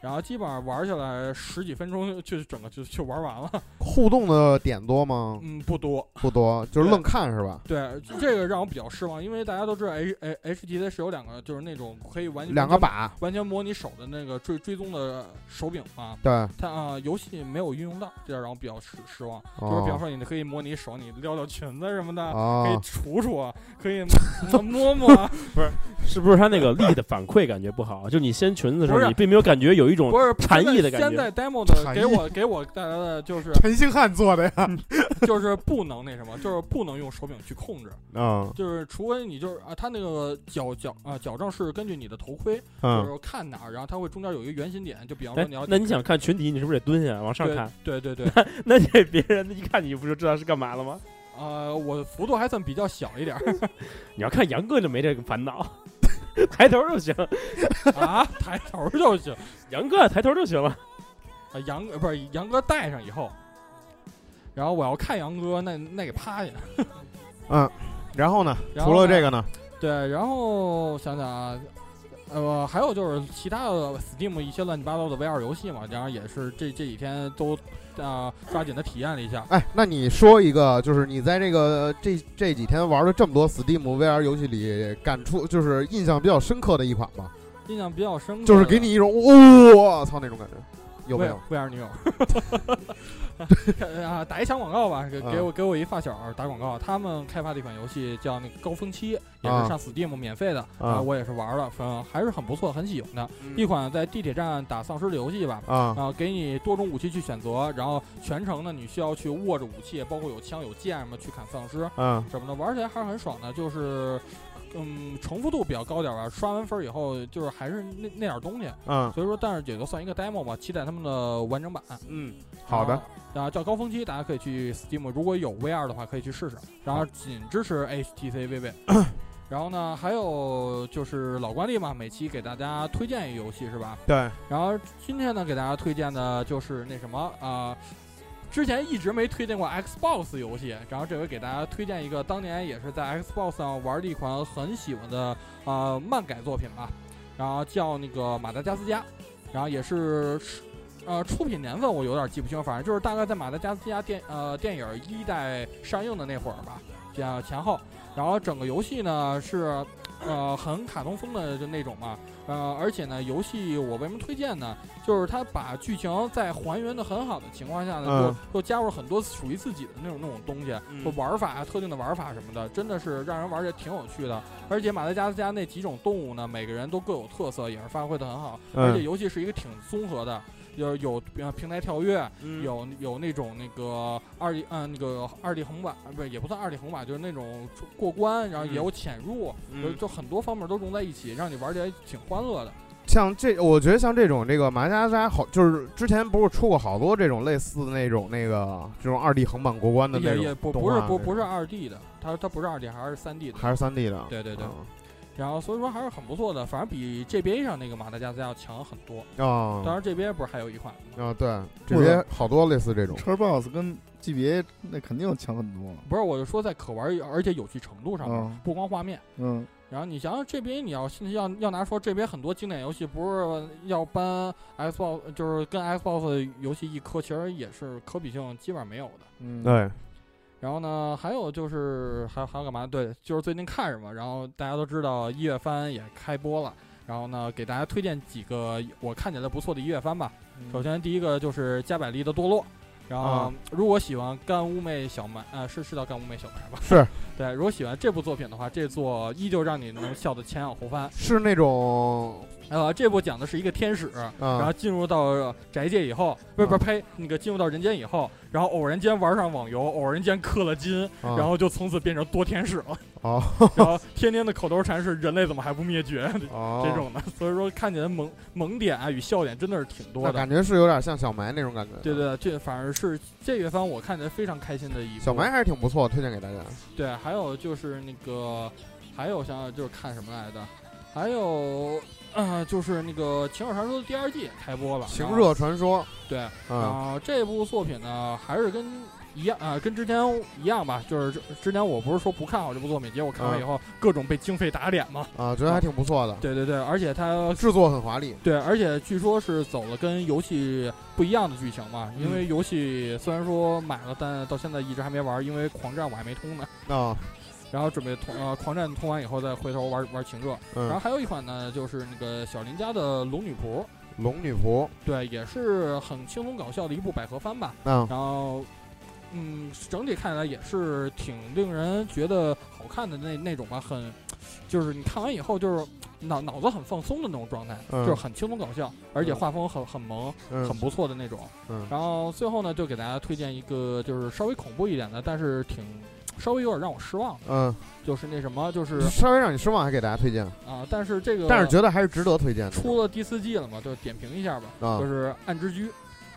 D: 然后基本上玩下来十几分钟就整个就就玩完
A: 哦
D: 了，
A: 互动的点多吗？
D: *laughs* 嗯，不多。
A: 不多，就是愣看是吧？
D: 对，这个让我比较失望，因为大家都知道 H H H T C 是有两个就是那种可以完全
A: 两个把，
D: 完全模拟手的那个追追踪的手柄嘛，
A: 对，
D: 它啊、游戏没有运用到，这让我比较失失望。就是比方
A: 哦，
D: 说，你可以模拟手，你撩撩裙子什么的，可以
A: 哦，
D: 杵杵，
A: *laughs*
D: 可以摸摸摸，
E: 是不是他那个力的反馈感觉不好？就你掀裙子的时候，
D: 不是
E: 你并没有感觉有一种
D: 不是
E: 禅意的感觉
D: 现在 demo
A: 禅
D: 的
A: 意
D: 给我给我带来的就是
F: 陈星汉做的呀，
E: *laughs*
D: 就是不能那什么，就是不能用手柄去控制，
A: 嗯
D: 就是除非你就是啊，它那个矫矫啊矫正是根据你的头盔，就
A: 嗯，
D: 是看哪儿，然后它会中间有一个圆心点，就比方说
E: 哎
D: 你要，
E: 那你想看群体，你是不是得蹲下往上看？
D: 对
E: *laughs*
D: 对对，
E: 那这别人一看你不就知道是干嘛了吗？
D: 呃，我的幅度还算比较小一点儿
E: 你要看杨哥就没这个烦恼， *laughs* 抬头就行。
D: 啊，抬头就行。
E: 杨哥抬头就行了。
D: 啊，杨哥不是杨哥戴上以后，然后我要看杨哥，那那给趴下。
A: 然后呢？
D: 然后
A: 除了
D: 呢
A: 这个呢？
D: 对，然后想想啊，呃，还有就是其他的 Steam 一些乱七八糟的 VR 游戏嘛，然后也是这这几天都啊、抓紧的体验了一下。
A: 哎，那你说一个，就是你在这个这这几天玩了这么多 Steam VR 游戏里，感触就是印象比较深刻的一款吧，
D: 印象比较深刻，
A: 就是给你一种我操那种感觉，有没有？*laughs*
D: VR 女友 *laughs* 啊，打一场广告吧，给给我
A: 啊
D: 给我一发小打广告，他们开发的一款游戏叫那个《高峰期》，也
A: 啊
D: 是上 Steam 免费的
A: 啊
D: 我也是玩了，反正还是很不错，很喜欢的一款在地铁站打丧尸的游戏吧。
A: 啊
D: 啊，给你多种武器去选择，然后全程呢你需要去握着武器，包括有枪有剑什么去砍丧尸
A: 啊
D: 什么的，玩起来还是很爽的，就是。嗯，重复度比较高点儿吧。刷完分儿以后，就是还是那那点儿东西，
A: 啊！
D: 所以说，但是也就算一个 demo 吧，期待他们的完整版。
A: 嗯，好的
D: 然后。然后叫高峰期，大家可以去 Steam，如果有 VR 的话可以去试试。然后仅支持 HTC VV。然后呢，还有就是老惯例嘛，每期给大家推荐一个游戏是吧？
A: 对，
D: 然后今天呢，给大家推荐的就是那什么啊、呃之前一直没推荐过 Xbox 游戏，然后这回给大家推荐一个当年也是在 Xbox 上玩的一款很喜欢的呃漫改作品吧，然后叫那个《马达加斯加》，然后也是呃出品年份我有点记不清，反正就是大概在《马达加斯加电》呃电影一代上映的那会儿吧，这样前后。然后整个游戏呢是呃很卡通风的就那种嘛，呃，而且呢，游戏我为什么推荐呢？就是它把剧情在还原的很好的情况下呢，
A: 嗯
D: 又又加入了很多属于自己的那种那种东西，就玩法啊、特定的玩法什么的，真的是让人玩着挺有趣的。而且马达加斯加那几种动物呢，每个人都各有特色，也是发挥的很好。而且
A: 嗯
D: 游戏是一个挺综合的，有有呃平台跳跃，
E: 嗯
D: 有有那种那个二 D 嗯那个二 D 横版，呃不是也不算二 D 横版，就是那种过关，然后也有潜入，
E: 嗯
D: 就就很多方面都融在一起，让你玩起来挺欢乐的。
A: 像这，我觉得像这种这个马家家好，就是之前不是出过好多这种类似的那种那个这种二 D 横版过关的那
D: 也
A: 种
D: 也不
A: 动
D: 不是
A: 画
D: 不
A: 这种
D: 不是二 D 的，它它不是二 D，还是三 D 的。
A: 还是三 D 的，
D: 对对对，
A: 嗯
D: 然后所以说还是很不错的，反正比 GBA 上那个马达加斯加要强很多。当
A: 啊
D: 然 GBA 不是还有一款吗？
A: 啊对，这些好多类似这种
C: Xbox 跟 GBA 那肯定强很多了。
D: 不是，我就说在可玩而且有趣程度上面
C: 嗯，
D: 不光画面。
C: 嗯，
D: 然后你想想 GBA，你要现在要要拿说 GBA 很多经典游戏不是要搬 Xbox，就是跟 Xbox 游戏一磕，其实也是可比性基本上没有的。
C: 嗯，
A: 对，
D: 然后呢，还有就是还有还有干嘛？对，就是最近看什么？然后大家都知道一月番也开播了，然后呢，给大家推荐几个我看起来不错的一月番吧。首先第一个就是加百利的堕落。然后
A: 啊，
D: 如果喜欢干乌妹小埋，呃，是是叫干乌妹小埋吧？
A: 是
D: 对，如果喜欢这部作品的话，这作依旧让你能笑得前仰后翻。
A: 是那种
D: 呃，这部讲的是一个天使，然
A: 啊
D: 后进入到宅界以后，不是不是呸，那个进入到人间以后，然后偶然间玩上网游，偶然间氪了金，
A: 啊
D: 然后就从此变成多天使
A: *laughs*
D: 了，
A: 哦
D: 然后天天的口头禅是人类怎么还不灭绝
A: 哦
D: 这种的，所以说看起来萌萌点啊与笑点真的是挺多
A: 那
D: 的。
A: 感觉是有点像小埋那种感觉。
D: 对，对，这反而是这月番我看起来非常开心的一部。
A: 小埋还是挺不错，推荐给大家。
D: 对，还有就是那个，还有想想就是看什么来着，还有。呃，就是那个《情热传说》的第二季也开播了，
A: 《情
D: 然后
A: 热传说》
D: 对，
A: 啊，
D: 啊，这部作品呢，还是跟一样啊、跟之前一样吧，就是之之前我不是说不看好这部作品，结果看完以后、各种被经费打脸嘛。
F: 啊，觉得还挺不错的，
D: 对对对，而且它
F: 制作很华丽。
D: 对，而且据说是走了跟游戏不一样的剧情嘛，因为游戏虽然说买了，但到现在一直还没玩，因为狂战我还没通呢。
F: 啊，
D: 然后准备通呃狂战通完以后再回头玩玩情热。然后
F: 嗯，
D: 还有一款呢，就是那个小林家的龙女仆，
F: 龙女仆，
D: 对，也是很轻松搞笑的一部百合番吧。
A: 啊
F: 嗯
D: 然后，嗯，整体看来也是挺令人觉得好看的那那种吧，很，就是你看完以后就是脑脑子很放松的那种状态，
F: 嗯
D: 就是很轻松搞笑，而且画风很很萌，很
F: 嗯，
D: 不错的那种。
F: 嗯
D: 然后最后呢，就给大家推荐一个就是稍微恐怖一点的，但是挺稍微有点让我失望的，
F: 嗯，
D: 就是那什么，
F: *laughs*
D: 就是
F: 稍微让你失望，还给大家推荐，
D: 啊、但是这个
F: 但是觉得还是值得推荐的。
D: 出了第四季了嘛，就点评一下吧，
F: 啊
D: 就是《暗之居》。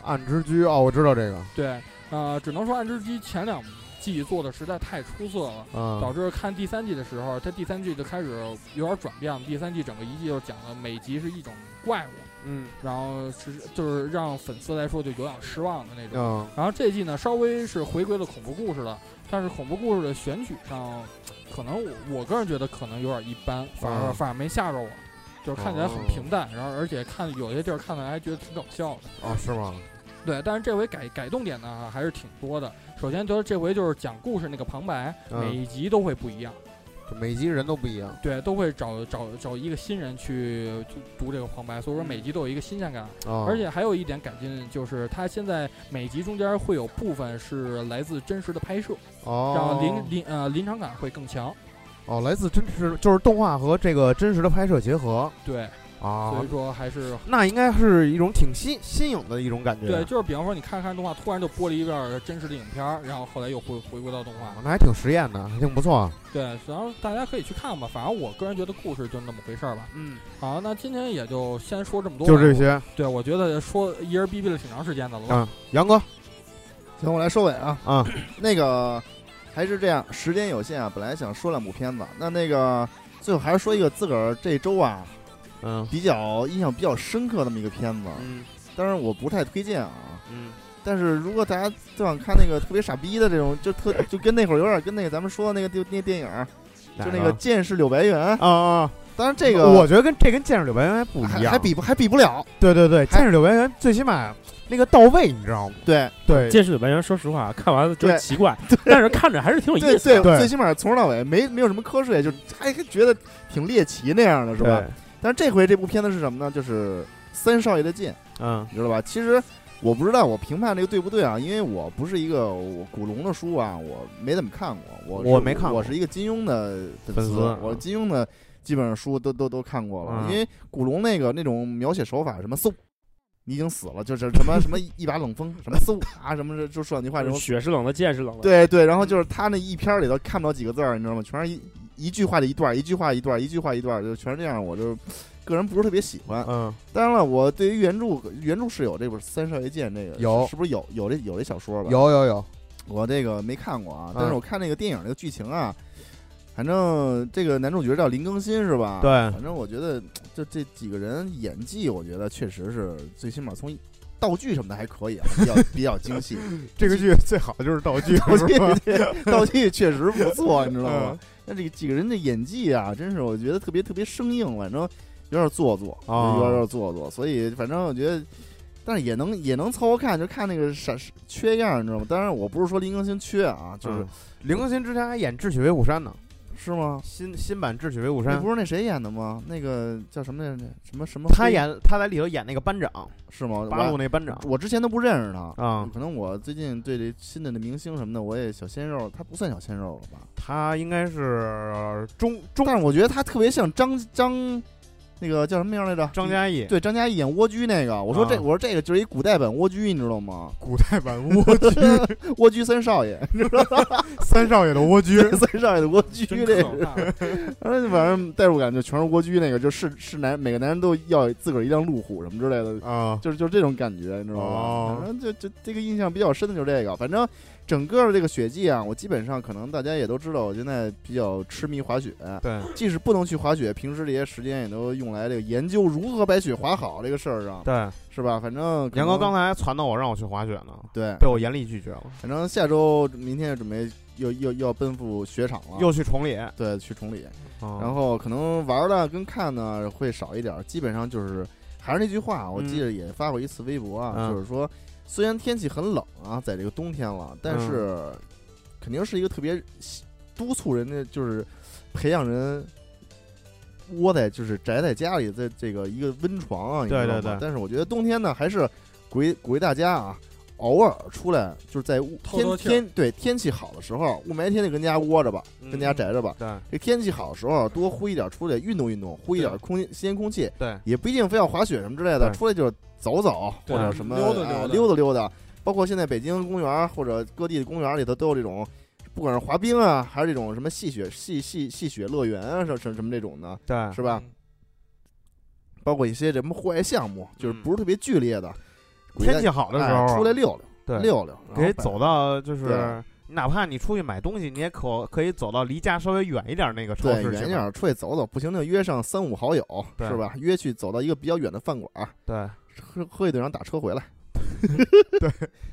F: 暗之居哦，我知道这个，
D: 对，呃，只能说《暗之居》前两季做的实在太出色了，导
A: 啊
F: 嗯
D: 致看第三季的时候，它第三季就开始有点转变了。第三季整个一季就讲了每集是一种怪物，
F: 嗯
D: 然后是就是让粉丝来说就有点失望的那
A: 啊
D: 种。
F: 嗯
D: 然后这季呢，稍微是回归了恐怖故事了，但是恐怖故事的选取上，可能我我个人觉得可能有点一般，反而
F: 嗯
D: 反而没吓着我，就是看起来很
F: 哦
D: 平淡，然后而且看有些地儿看的还觉得挺搞笑的。
F: 哦，是吗？
D: 对，但是这回改改动点呢还是挺多的。首先觉得这回就是讲故事那个旁白，
F: 嗯
D: 每一集都会不一样，
F: 这每集人都不一样。
D: 对，都会找找找一个新人去去读这个旁白，所以
F: 嗯
D: 说每集都有一个新鲜感。
F: 啊，
D: 而且还有一点改进就是，它现在每集中间会有部分是来自真实的拍摄，
F: 哦
D: 让，临临呃临场感会更强。
F: 哦，来自真实就是动画和这个真实的拍摄结合
D: 对，
F: 啊
D: 所以，说还是。
F: 那应该是一种挺新新颖的一种感觉。
D: 对，就是比方说你看看动画，突然就播了一段真实的影片儿，然后后来又回回归到动画
F: 哦，，那还挺实验的，还挺不错啊。
D: 对，然后大家可以去看吧。反正我个人觉得故事就那么回事儿吧。
B: 嗯，
D: 好，那今天也就先说这么多，
F: 就这。些，
D: 对，我觉得说一人逼逼了挺长时间的了。
F: 嗯，杨
D: *laughs*
F: 哥
C: 行，我来收尾啊。
F: 啊，
C: *clears throat* 那个还是这样，时间有限啊，本来想说两部片子，那那个最后还是说一个自个儿这周啊
F: 嗯
C: 比较印象比较深刻的那么一个片子，
F: 嗯
C: 当然我不太推荐啊。
F: 嗯
C: 但是如果大家就想看那个特别傻逼的这种，就特就跟那会儿有点跟那个咱们说的那个那电影儿，就那个《剑士柳白猿》，
F: 啊啊，
C: 当然这个
F: 我觉得跟这跟见识柳白猿还不
C: 还
F: 一样，
C: 还比不还比不了。
F: 对对对，见识柳白猿最起码那个到位，你知道吗？
C: 对
F: 对，
E: 剑士柳白猿，说实话，看完了觉得
C: 对
E: 奇怪，但是看着还是挺有
C: 对
E: 意思
C: 对，
E: 的。
F: 对
C: 最起码从头到尾没没有什么瞌睡，就还还觉得挺猎奇那样的是吧？
F: 对？
C: 但是这回这部片子是什么呢？就是三少爷的剑，
F: 嗯
C: 你知道吧？其实我不知道我评判这个对不对啊，因为我不是一个我古龙的书啊，我没怎么看过，我
F: 我
C: 我
F: 没看过
C: 我是一个金庸的粉
F: 粉丝
C: 我金庸的基本上书都都都看过了，
F: 嗯
C: 因为古龙那个那种描写手法，什么嗖。你已经死了，就是什么什么一把冷风，什么嗖啊，什么这就说两句话这种，
E: 雪是冷的，剑是冷的。
C: 对对，然后就是他那一篇儿里头看不到几个字儿，你知道吗？全是一一句话的一段儿，一句话一段儿，一句话一段儿，就全是这样，我就个人不是特别喜欢。
F: 嗯
C: 当然了，我对于原著原著是有这本《三少爷剑》这个
F: 有
C: 是是不是有有这有这小说吧？，
F: 有有有，
C: 我这个没看过啊，
F: 嗯
C: 但是我看那个电影那个剧情啊，反正这个男主角叫林更新是吧？
F: 对，
C: 反正我觉得就这几个人演技，我觉得确实是最起码从道具什么的还可以啊，比较 *laughs* 比较精细。
F: 这个剧最好就是道具，
C: *laughs* 道具
F: 是吧嗯
C: 道具确实不错，你知道吗？那这个几个人的演技啊，真是我觉得特别特别生硬，反正有点做作，
F: 啊
C: 有点有点做作。所以反正我觉得，但是也能也能凑合看，就看那个傻缺样儿，你知道吗？当然我不是说林更新缺啊，就是、
F: 嗯林更新之前还演《智取威虎山》呢，
C: 是吗？
F: 新新版《智取威虎
C: 那
F: 山
C: 不》，是那谁演的吗？那个叫什么来着？什么什么？
F: 他演他在里头演那个班长，
C: 是吗？
F: 八路
C: 嗯我
F: 那班长
C: 我之前都不认识他。
F: 啊，
C: 可能我最近对这新的那明星什么的，我也小鲜肉，他不算小鲜肉了吧？
F: 他应该是中中
C: 但是我觉得他特别像张张，那个叫什么名儿来着？
F: 张嘉译
C: 对张嘉译演蜗居那个，我说这、
F: 啊
C: 我说这个就是一古代版蜗居，你知
F: *laughs*
C: 道吗？
F: 古代版蜗居
C: 蜗居三少爷，
F: 三少爷的蜗居，
C: 三少爷的蜗居
D: 真
C: 这
D: 可
C: 个，
F: *laughs*
D: 怕
C: 反正代入感就全是蜗居那个，就是是男每个男人都要有自个儿一辆路虎什么之类的，
F: 啊
C: 就是就是这种感觉，你知道吗？
F: 哦
C: 反正就就这个印象比较深的就是这个，反正整个的这个雪季啊，我基本上可能大家也都知道，我现在比较痴迷滑雪。
A: 对，
C: 即使不能去滑雪，平时这些时间也都用来这个研究如何把雪滑好这个事儿上，
A: 对，
C: 是吧？反正可
A: 杨哥
C: 能哎
A: 刚才撺掇我让我去滑雪呢，
C: 对，
A: 被我严厉拒绝了，
C: 反正下周明天就准备又又又要奔赴雪场了，
A: 又去崇礼，
C: 对去崇礼，
A: 然
F: 啊
C: 然啊后可能玩的跟看呢会少一点儿，基本上就是还是那句话，我记得也发过一次微博啊，
A: 嗯
C: 就是说虽然天气很冷啊，在这个冬天了，但是肯定是一个特别喜督促人家就是培养人。窝在就是宅在家里，在这个一个温床啊，你知道吗
A: 对对对
C: 但是我觉得冬天呢，还是鼓励鼓励大家啊，偶尔出来，就是在屋
D: 透
C: 天
D: 透气儿
C: 天对天气好的时候，雾霾天就跟家窝着吧，
B: 嗯
C: 跟
D: 嗯
C: 家宅着吧。
A: 对
C: 这天气好的时候多呼一点出来运动运动，呼一点空气新鲜空气，
A: 对
C: 也不一定非要滑雪什么之类的，
A: 对
C: 出来就是走走或
D: 对
C: 者什么
D: 溜达
C: 啊
D: 溜达
C: 溜达溜达。包括现在北京公园或者各地的公园里头都有这种，不管是滑冰啊，还是这种什么戏雪戏戏戏雪乐园啊，什么什么什么这种的，
A: 对，
C: 是吧？
D: 嗯
C: 包括一些什么户外项目，就是不是特别剧烈的，
A: 嗯天气好的时候
C: 哎
A: 啊
C: 出来溜溜
A: 对
C: 溜溜，然后
A: 可以
C: 把
A: 走到就是
C: 对，啊
A: 哪怕你出去买东西，你也可可以走到离家稍微远一点那个超市
C: 对，
A: 去
C: 远一
A: 买
C: 点儿出去走走，不行就约上三五好友，
A: 对
C: 是吧？约去走到一个比较远的饭馆儿，
A: 对，
C: 喝喝一顿，然后打车回
A: *laughs*
C: 来。对，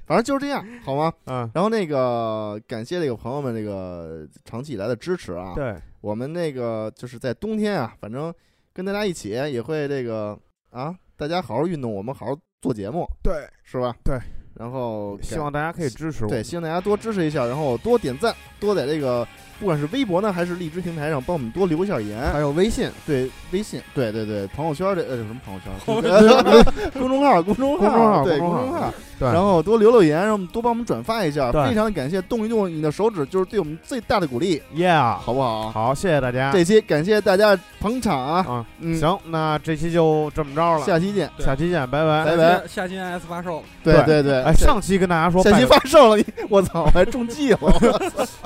C: 反正就是这样，好吗？
A: 嗯，
C: 然后那个感谢这个朋友们这个长期以来的支持啊，
A: 对，
C: 我们那个就是在冬天啊，反正跟大家一起也会这个啊，大家好好运动，我们好好做节目，
A: 对，
C: 是吧？
A: 对，
C: 然后感
A: 希望大家可以支持我。
C: 对，希望大家多支持一下，然后多点赞，多在这个不管是微博呢还是荔枝平台上帮我们多留一下言，
A: 有微信，
C: 对，微信，对对对，朋友圈儿这呃什么朋友圈儿，公众号儿，公众
A: 公众
C: 号
A: 号
C: 儿，
A: 儿
C: 对，
A: 公
C: 公
A: 众
C: 众
A: 号儿
C: 号儿，
A: 对
C: 然后多留留言，让我们多帮我们转发一下，
A: 对
C: 非常感谢，动一动你的手指就是对我们最大的鼓励，
A: yeah，
C: 好不好？
A: 好，谢谢大家。
C: 这期感谢大家捧场啊，
A: 啊，
C: 嗯，
A: 行，那这期就这么着了，
C: 下期见，
D: 对
A: 下期见，拜拜。
C: 拜拜，
D: 下期 S 发售了，
C: 对
A: 对
C: 对对，
A: 哎，上期跟大家说
C: 下
A: 拜
C: 期
A: 个，
C: 发售了，你我操，还中计了，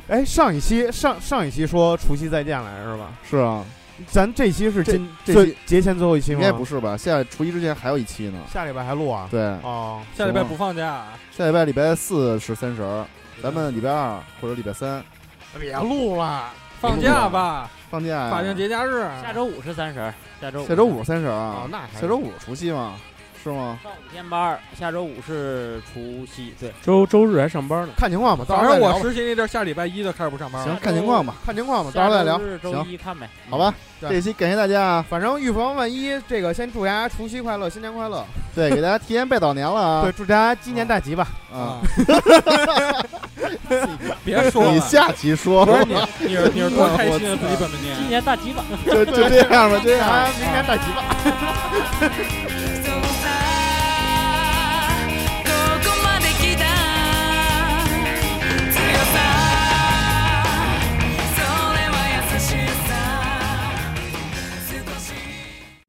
A: 哎，上一期上上一期说除夕再见来着 *laughs* 是吧？
C: 是啊，
A: 咱这期是
C: 这
A: 今
C: 这
A: 最
C: 期
A: 节前最后一期
C: 应
A: 吗？
C: 该不是吧？下除夕之前还有一期呢，
A: 下礼拜还录啊？
C: 对，
A: 哦，
D: 下礼拜
C: 行啊
D: 不放假啊，
C: 下礼拜礼拜四是三十儿，咱们礼拜二或者礼拜三
A: 别录了，
C: 啊
D: 放假吧，
C: 放假哎呀，
D: 法定节假日，
B: 下周五是三十，下周
C: 下周五三十啊
A: 哦，那还
C: 下周五除夕吗？是吗？
B: 上五天班儿，下周五是除夕，对，
E: 周周日还上班呢。
A: 看情况吧，到
D: 反
A: 时候
D: 正
A: 再聊
D: 我
A: 吧
D: 实习那地儿下礼拜一就开始不上班
C: 行
D: 了，，
C: 看情况吧，
A: 看情况吧，到
B: 下
A: 时候
B: 周
A: 再聊。
B: 日周
C: 行
B: 一看呗，嗯
C: 好吧。
A: 对
C: 这一期感谢大家啊，
A: 反正预防万一，这个先祝大家除夕快乐，新年快乐。
C: 对，给大家提前拜早年了啊
A: 对，，祝大家鸡年大吉吧。
C: 啊，，
D: *laughs*
C: *laughs*
D: 别说
C: 你
D: 了，
C: 下期说
D: 不
C: 吧
D: 是，
C: *laughs*
D: 你，你是你是多开心啊！自己本命
B: 今
D: 年。
B: 年大吉吧。
C: 就就这样吧，这样吧。
A: 明年大吉吧。